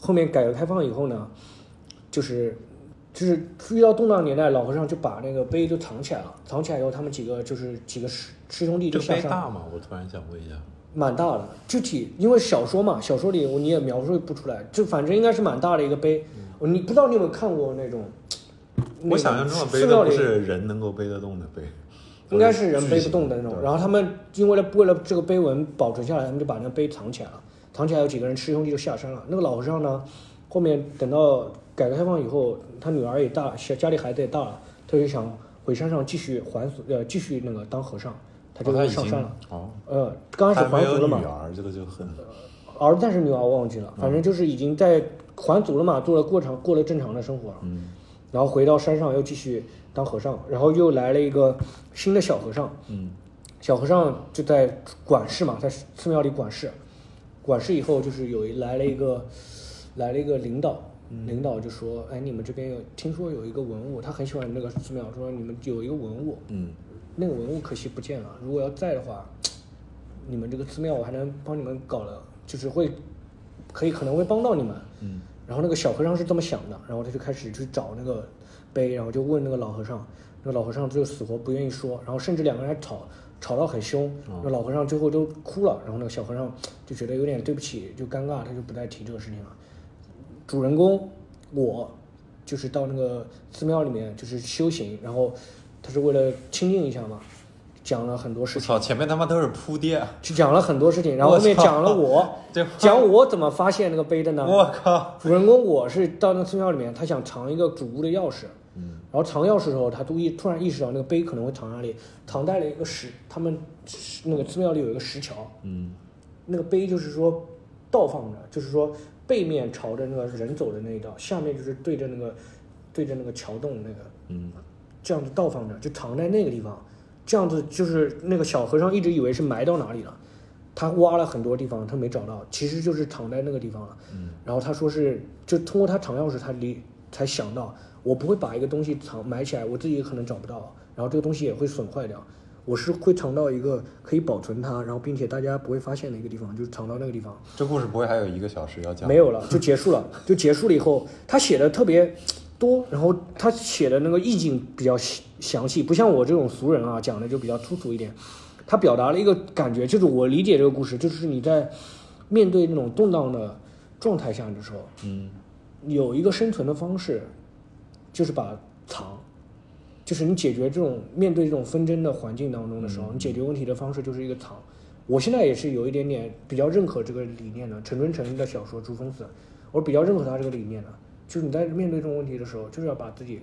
后面改革开放以后呢，就是就是遇到动荡年代，老和尚就把那个碑就藏起来了，藏起来以后，他们几个就是几个师师兄弟
这
就
个
下
杯
山，
大吗？我突然想问一下。
蛮大的。具体因为小说嘛，小说里我你也描述不出来，就反正应该是蛮大的一个碑。我你不知道你有没有看过那种，那
嗯我
种
想象中的
寺
背
庙
都不
里
是人能够背得动的背，
应该是人背不动的那
巨
种。
型
然后他们因为了为了这个碑文保存下来，他们就把那个碑藏起来了。藏起来有几个人师兄弟就下山了。那个老和尚呢，后面等到改革开放以后，他女儿也大，小家里孩子也大了，他就想回山上继续还俗，呃，继续那个当和尚，他就
哦他已
上
经
山了。
哦，
呃，刚开
他
始还
没
俗了
有
嘛
女，儿，这个就很
儿子还是女儿我忘记了，反
嗯
正就是已经在还俗了嘛，做了过常过了正常的生活了。
嗯
然后回到山上又继续当和尚，然后又来了一个新的小和尚，
嗯
小和尚就在管事嘛，在寺庙里管事，管事以后就是有一来了一个来了一个领导，
嗯
领导就说：“哎，你们这边有听说有一个文物，他很喜欢那个寺庙，说你们有一个文物，
嗯，
那个文物可惜不见了，如果要在的话，你们这个寺庙我还能帮你们搞了，就是会可以可能会帮到你们。”
嗯，
然后那个小和尚是这么想的，然后他就开始去找那个碑，然后就问那个老和尚，那个老和尚就死活不愿意说，然后甚至两个人还吵，吵到很凶，那个老和尚最后都哭了，然后那个小和尚就觉得有点对不起，就尴尬，他就不再提这个事情了。主人公我就是到那个寺庙里面就是修行，然后他是为了清静一下嘛，讲了很多
我
事情，
操，前面他妈都是铺垫，
就讲了很多事情，然后后面
我操
讲了 我，
这
讲我怎么发现那个碑的呢？
我靠，
主人公我是到那寺庙里面，他想藏一个主屋的钥匙，
嗯，
然后藏钥匙的时候，他突意突然意识到那个碑可能会藏哪里，藏在了一个石，他们石那个寺庙里有一个石桥，
嗯
那个碑就是说倒放着，就是说背面朝着那个人走的那一道，下面就是对着那个对着那个桥洞那个
嗯，
这样子倒放着，就藏在那个地方。这样子就是那个小和尚一直以为是埋到哪里了，他挖了很多地方，他没找到，其实就是藏在那个地方了。
嗯
然后他说是，就通过他藏钥匙，他离才想到，我不会把一个东西藏埋起来，我自己也可能找不到，然后这个东西也会损坏掉。我是会藏到一个可以保存它，然后并且大家不会发现的一个地方，就是藏到那个地方。
这故事不会还有一个小时要讲？
没有了，就结束了，就结束了以后，他写的特别多，然后他写的那个意境比较详详细，不像我这种俗人啊讲的就比较粗俗一点。他表达了一个感觉，就是我理解这个故事，就是你在面对那种动荡的状态下的时候，
嗯，
有一个生存的方式，就是把藏，就是你解决这种面对这种纷争的环境当中的时候，你解决问题的方式就是一个藏。我现在也是有一点点比较认可这个理念的，陈春成的小说《竹峰子》，我比较认可他这个理念的，就是你在面对这种问题的时候，就是要把自己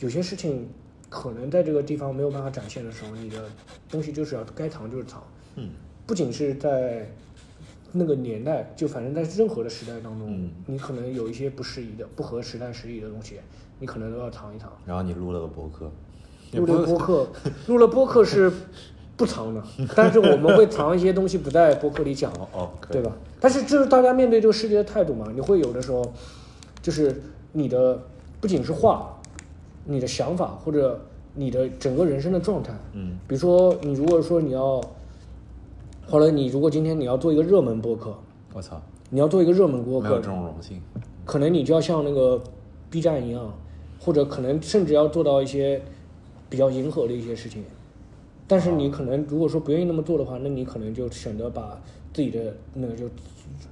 有些事情可能在这个地方没有办法展现的时候，你的东西就是要该藏就是藏。
嗯，
不仅是在那个年代，就反正在任何的时代当中，
嗯
你可能有一些不适宜的、不合时代时宜的东西，你可能都要藏一藏。
然后你录了个博客，也
录
不
了
是
播客， 录了播客是不藏的，但是我们会藏一些东西不在播客里讲，
哦哦，可以
对吧？但是这是大家面对这个世界的态度嘛，你会有的时候，就是你的不仅是话，你的想法或者你的整个人生的状态，
嗯
比如说你如果说你要，或者你如果今天你要做一个热门播客，
我操，
你要做一个热门播
没有
客
这，种荣幸。
可能你就要像那个 B 站一样，或者可能甚至要做到一些比较迎合的一些事情。但是你可能如果说不愿意那么做的话，那你可能就选择把自己的那个就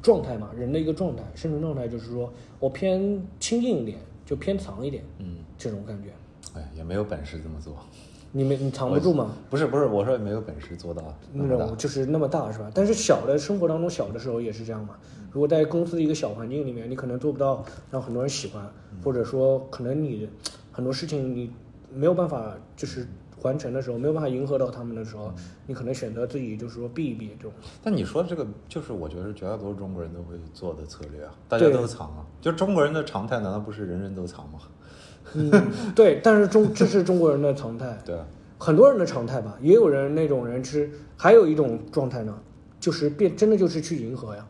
状态嘛，人的一个状态，生存状态就是说我偏亲近一点，就偏藏一点
嗯，
这种感觉。
哎，也没有本事这么做。
你没你藏不住吗？
不是不是，我说也没有本事做到那
那
么
种
大。
就是那么大是吧？但是小的生活当中，小的时候也是这样嘛。如果在公司的一个小环境里面，你可能做不到让很多人喜欢，
嗯
或者说可能你很多事情你没有办法就是完成的时候，没有办法迎合到他们的时
嗯
候，你可能选择自己就是说避一避这种。
但你说这个，就是我觉得是绝大多数中国人都会做的策略啊，大家都藏啊。就中国人的常态，难道不是人人都藏吗？
嗯，对。但是中这是中国人的常态，
对啊，
很多人的常态吧。也有人那种人是，还有一种状态呢，就是变真的就是去迎合呀。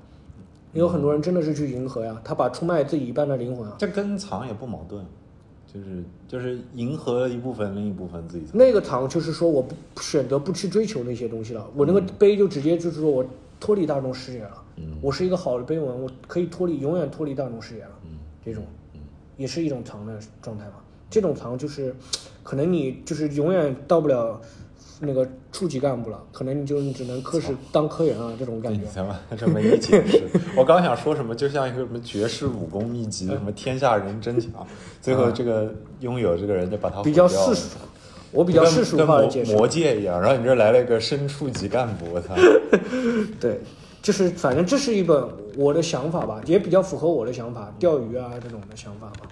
也有很多人真的是去迎合呀，他把出卖自己一半的灵魂啊。
这跟藏也不矛盾，就是就是迎合一部分，另一部分自己藏。
那个糖就是说我不选择不去追求那些东西了，我那个杯就直接就是说我脱离大众视野了，
嗯
我是一个好的碑文，我可以脱离永远脱离大众视野了，
嗯
这种
嗯
也是一种糖的状态嘛。这种糖就是，可能你就是永远到不了那个处级干部了，可能你就只能科室当科员啊这种感觉
你。怎么这么一解释？我刚想说什么，就像一个什么绝世武功秘籍，
嗯
什么天下人真强，最后这个拥有这个人就把他
比较
毁掉了
世俗，我比较世俗化的解释
跟魔。魔界一样，然后你这来了一个身处级干部， 我操！
对，就是反正这是一本我的想法吧，也比较符合我的想法，钓鱼啊这种的想法吧，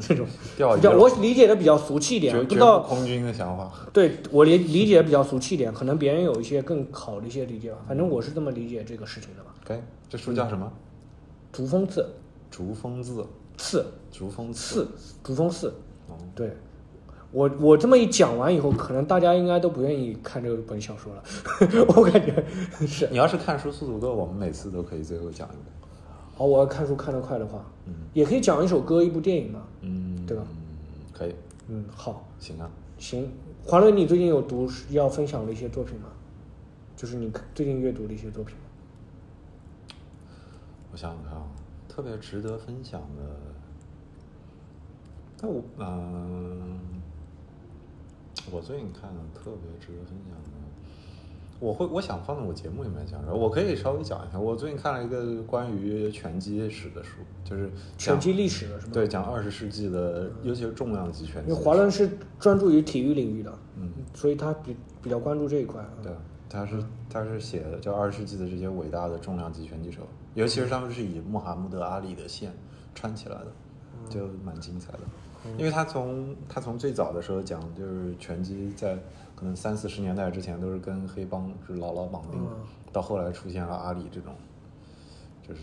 这种
钓鱼啊
比较我理解的比较俗气一点，
绝
不
绝
知
不
道
空军的想法，
对我理理解比较俗气一点，可能别人有一些更好的一些理解吧，反正我是这么理解这个事情的吧。
可以。这书叫什么？
竹峰寺
竹峰字，
次
竹峰字。
次竹峰寺，
哦，
对。我我这么一讲完以后，可能大家应该都不愿意看这本小说了， 我感觉是。
你要是看书速度够，我们每次都可以最后讲一个。
好，我要看书看得快的话，
嗯
也可以讲一首歌、一部电影嘛。
嗯，
对吧？
可以，
嗯，好，
行啊。
行。华伦，你最近有读要分享的一些作品吗？就是你最近阅读的一些作品吗。
我想想看啊，特别值得分享的，但我嗯、我最近看了特别值得分享的，我会我想放在我节目里面讲，然后我可以稍微讲一下。我最近看了一个关于拳击史的书，就是
拳
讲
击历史的是吗？
对讲二十世纪的，尤其是重量级拳
因
击
为
的
华伦是专注于体育领域的，
嗯，
所以他比比较关注这一块。嗯
对，他是他是写的叫二十世纪的这些伟大的重量级拳击手，尤其是他们是以穆罕默德阿里的线穿起来的，就蛮精彩的。因为他从他从最早的时候讲，就是拳击在可能三四十年代之前都是跟黑帮是牢牢绑定的
嗯，
到后来出现了阿里这种，就是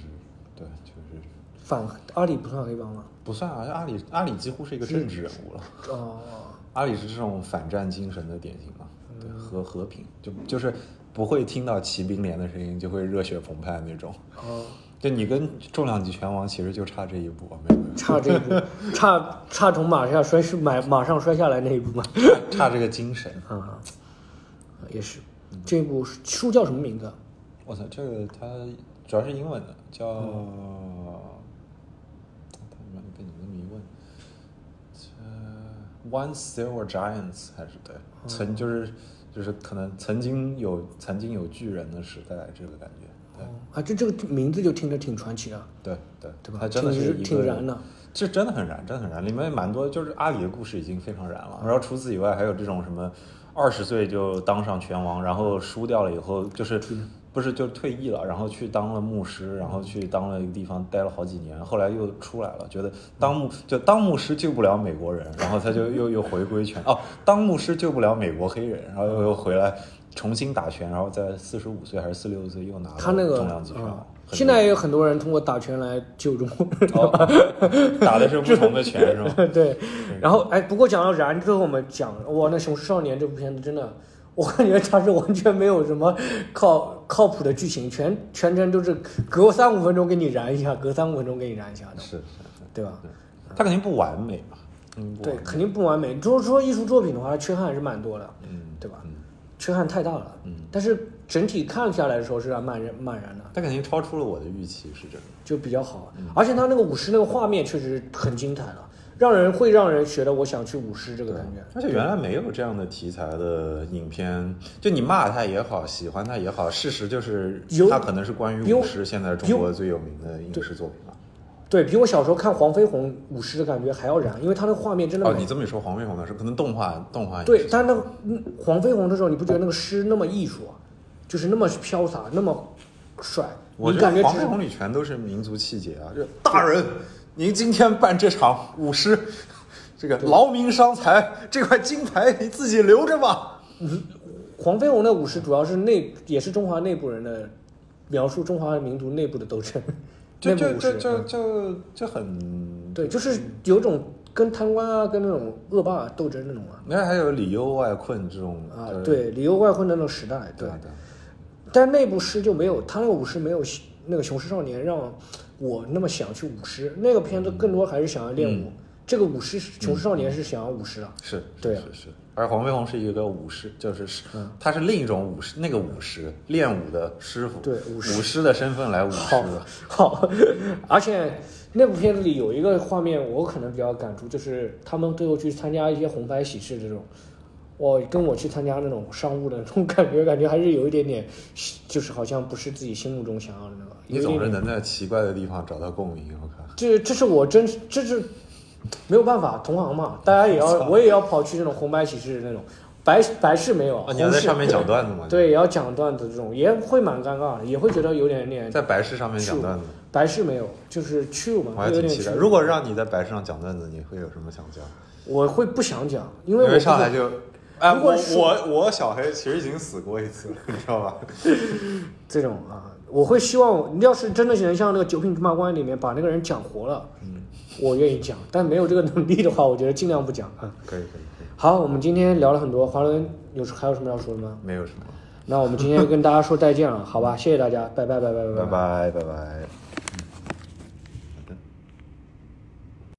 对，就是
反阿里不算黑帮吗？
不算啊，阿里阿里几乎是一个政治人物了。
哦，
阿里是这种反战精神的典型嘛，对和和平，就就是不会听到骑兵连的声音就会热血澎湃那种。
哦，
就你跟重量级拳王其实就差这一步啊，没有没有
差这一步，差差从马下摔是马马上摔下来那一步吗？
嗯差差这个精神。
啊， 也是。这部书叫什么名字？
我操，这个它主要是英文的，叫……他妈被你那么一问，这 Once there were giants 还是对，曾就是就是可能曾经有曾经有巨人的时代，这个感觉，
啊，这这个名字就听着挺传奇的，
对对
对吧
它真的
挺
是一
挺
个
燃的。
这真的很燃，真的很燃。里面蛮多，就是阿里的故事已经非常燃了。然后除此以外，还有这种什么二十岁就当上拳王，然后输掉了以后，就是
嗯
不是就退役了，然后去当了牧师，然后去当了一个地方待了好几年，后来又出来了，觉得当牧就当牧师救不了美国人，然后他就又又回归拳哦，当牧师救不了美国黑人，然后又又回来重新打拳，然后在四十五岁还是四十六岁又拿了
他那个
重量级拳王
啊。
很
现在也有很多人通过打拳来救 中国人。
哦， 打的是不同的拳是吗？
对，然后哎，不过讲到燃，最后我们讲哇，那《熊市少年》这部片子真的，我感觉它是完全没有什么靠靠谱的剧情，全全程都是隔三五分钟给你燃一下，隔三五分钟给你燃一下的，
是是是。
对吧？
它肯定不完美嘛，嗯，不
对，
完美
肯定不完美。就是说艺术作品的话，缺憾还是蛮多的，
嗯，
对吧
嗯，
缺憾太大了。
嗯，
但是整体看下来的时候是让蛮燃蛮燃的，
它肯定超出了我的预期，是真的。
就比较好。而且他那个舞狮那个画面确实很精彩了，让人会让人觉得我想去舞狮这个感觉。
而且原来没有这样的题材的影片，就你骂它也好，喜欢它也好，事实就是
有
它可能是关于
有
舞狮现在中国最有名的影视作品了。
对比我小时候看黄飞鸿舞狮的感觉还要燃，因为他那个画面真的
哦，
美。
你这么一说，黄飞鸿呢是可能动画动画影
对
视，
但那个嗯黄飞鸿的时候，你不觉得那个狮那么艺术啊，就是那么潇洒，那么帅，
我
你
觉
感
得
觉
黄
只
飞
是
鸿里全都是民族气节啊，就是大人，您今天办这场舞狮，这个劳民伤财，这块金牌你自己留着吧。
黄飞鸿的舞狮主要是内也是中华内部人的描述中华民族内部的斗争，
就
内部嗯
就
舞
就
狮。
就就就很
对，就是有种跟贪官啊，跟那种恶霸斗争那种啊。
那还有里忧外困这种
啊
呃，
对，里忧外患的那种时代，
对
对。
对，
但那部诗就没有，他那个舞狮没有那个《雄狮少年》让我那么想去舞狮。那个片子更多还是想要练武，这个舞狮《雄狮少年》是想要舞狮的。
是，
对啊嗯
是是。而黄飞鸿是一个武师，就是是，他是另一种武师，那个武师练武的师傅，
对武
武师的身份来舞狮
好
的，
好， 而且那部片子里有一个画面，我可能比较感触，就是他们最后去参加一些红白喜事这种，我跟我去参加那种商务的那种感觉，感觉还是有一点点，就是好像不是自己心目中想要的那个。
你
有一点
总
点
是能在奇怪的地方找到共鸣，我靠。
这这是我真这是没有办法，同行嘛，大家也要我也要跑去那种红白喜事那种，白白事没有，
啊，
红
你要在
事
上面讲段子吗？，
哦对，也要讲段子这种，也会蛮尴尬的，也会觉得有点点
在白事上面讲段子，
白事没有，就是屈辱嘛，
我还
会有
挺
点
期
屈
待。
辱。
如果让你在白事上讲段子，你会有什么想讲？
我会不想讲，因
因
为我不
上
知
来就，哎，
如
我
果是
我我小黑其实已经死过一次，你知道吧？
这种啊，我会希望你要是真的能像那个《九品芝麻官》里面把那个人讲活了，
嗯，
我愿意讲，但没有这个能力的话，我觉得尽量不讲啊。
可以可以可以，
好，我们今天聊了很多，华伦有还有什么要说的吗？
没有什么。
那我们今天就跟大家说再见了，好吧？谢谢大家，拜拜拜拜拜
拜拜拜拜。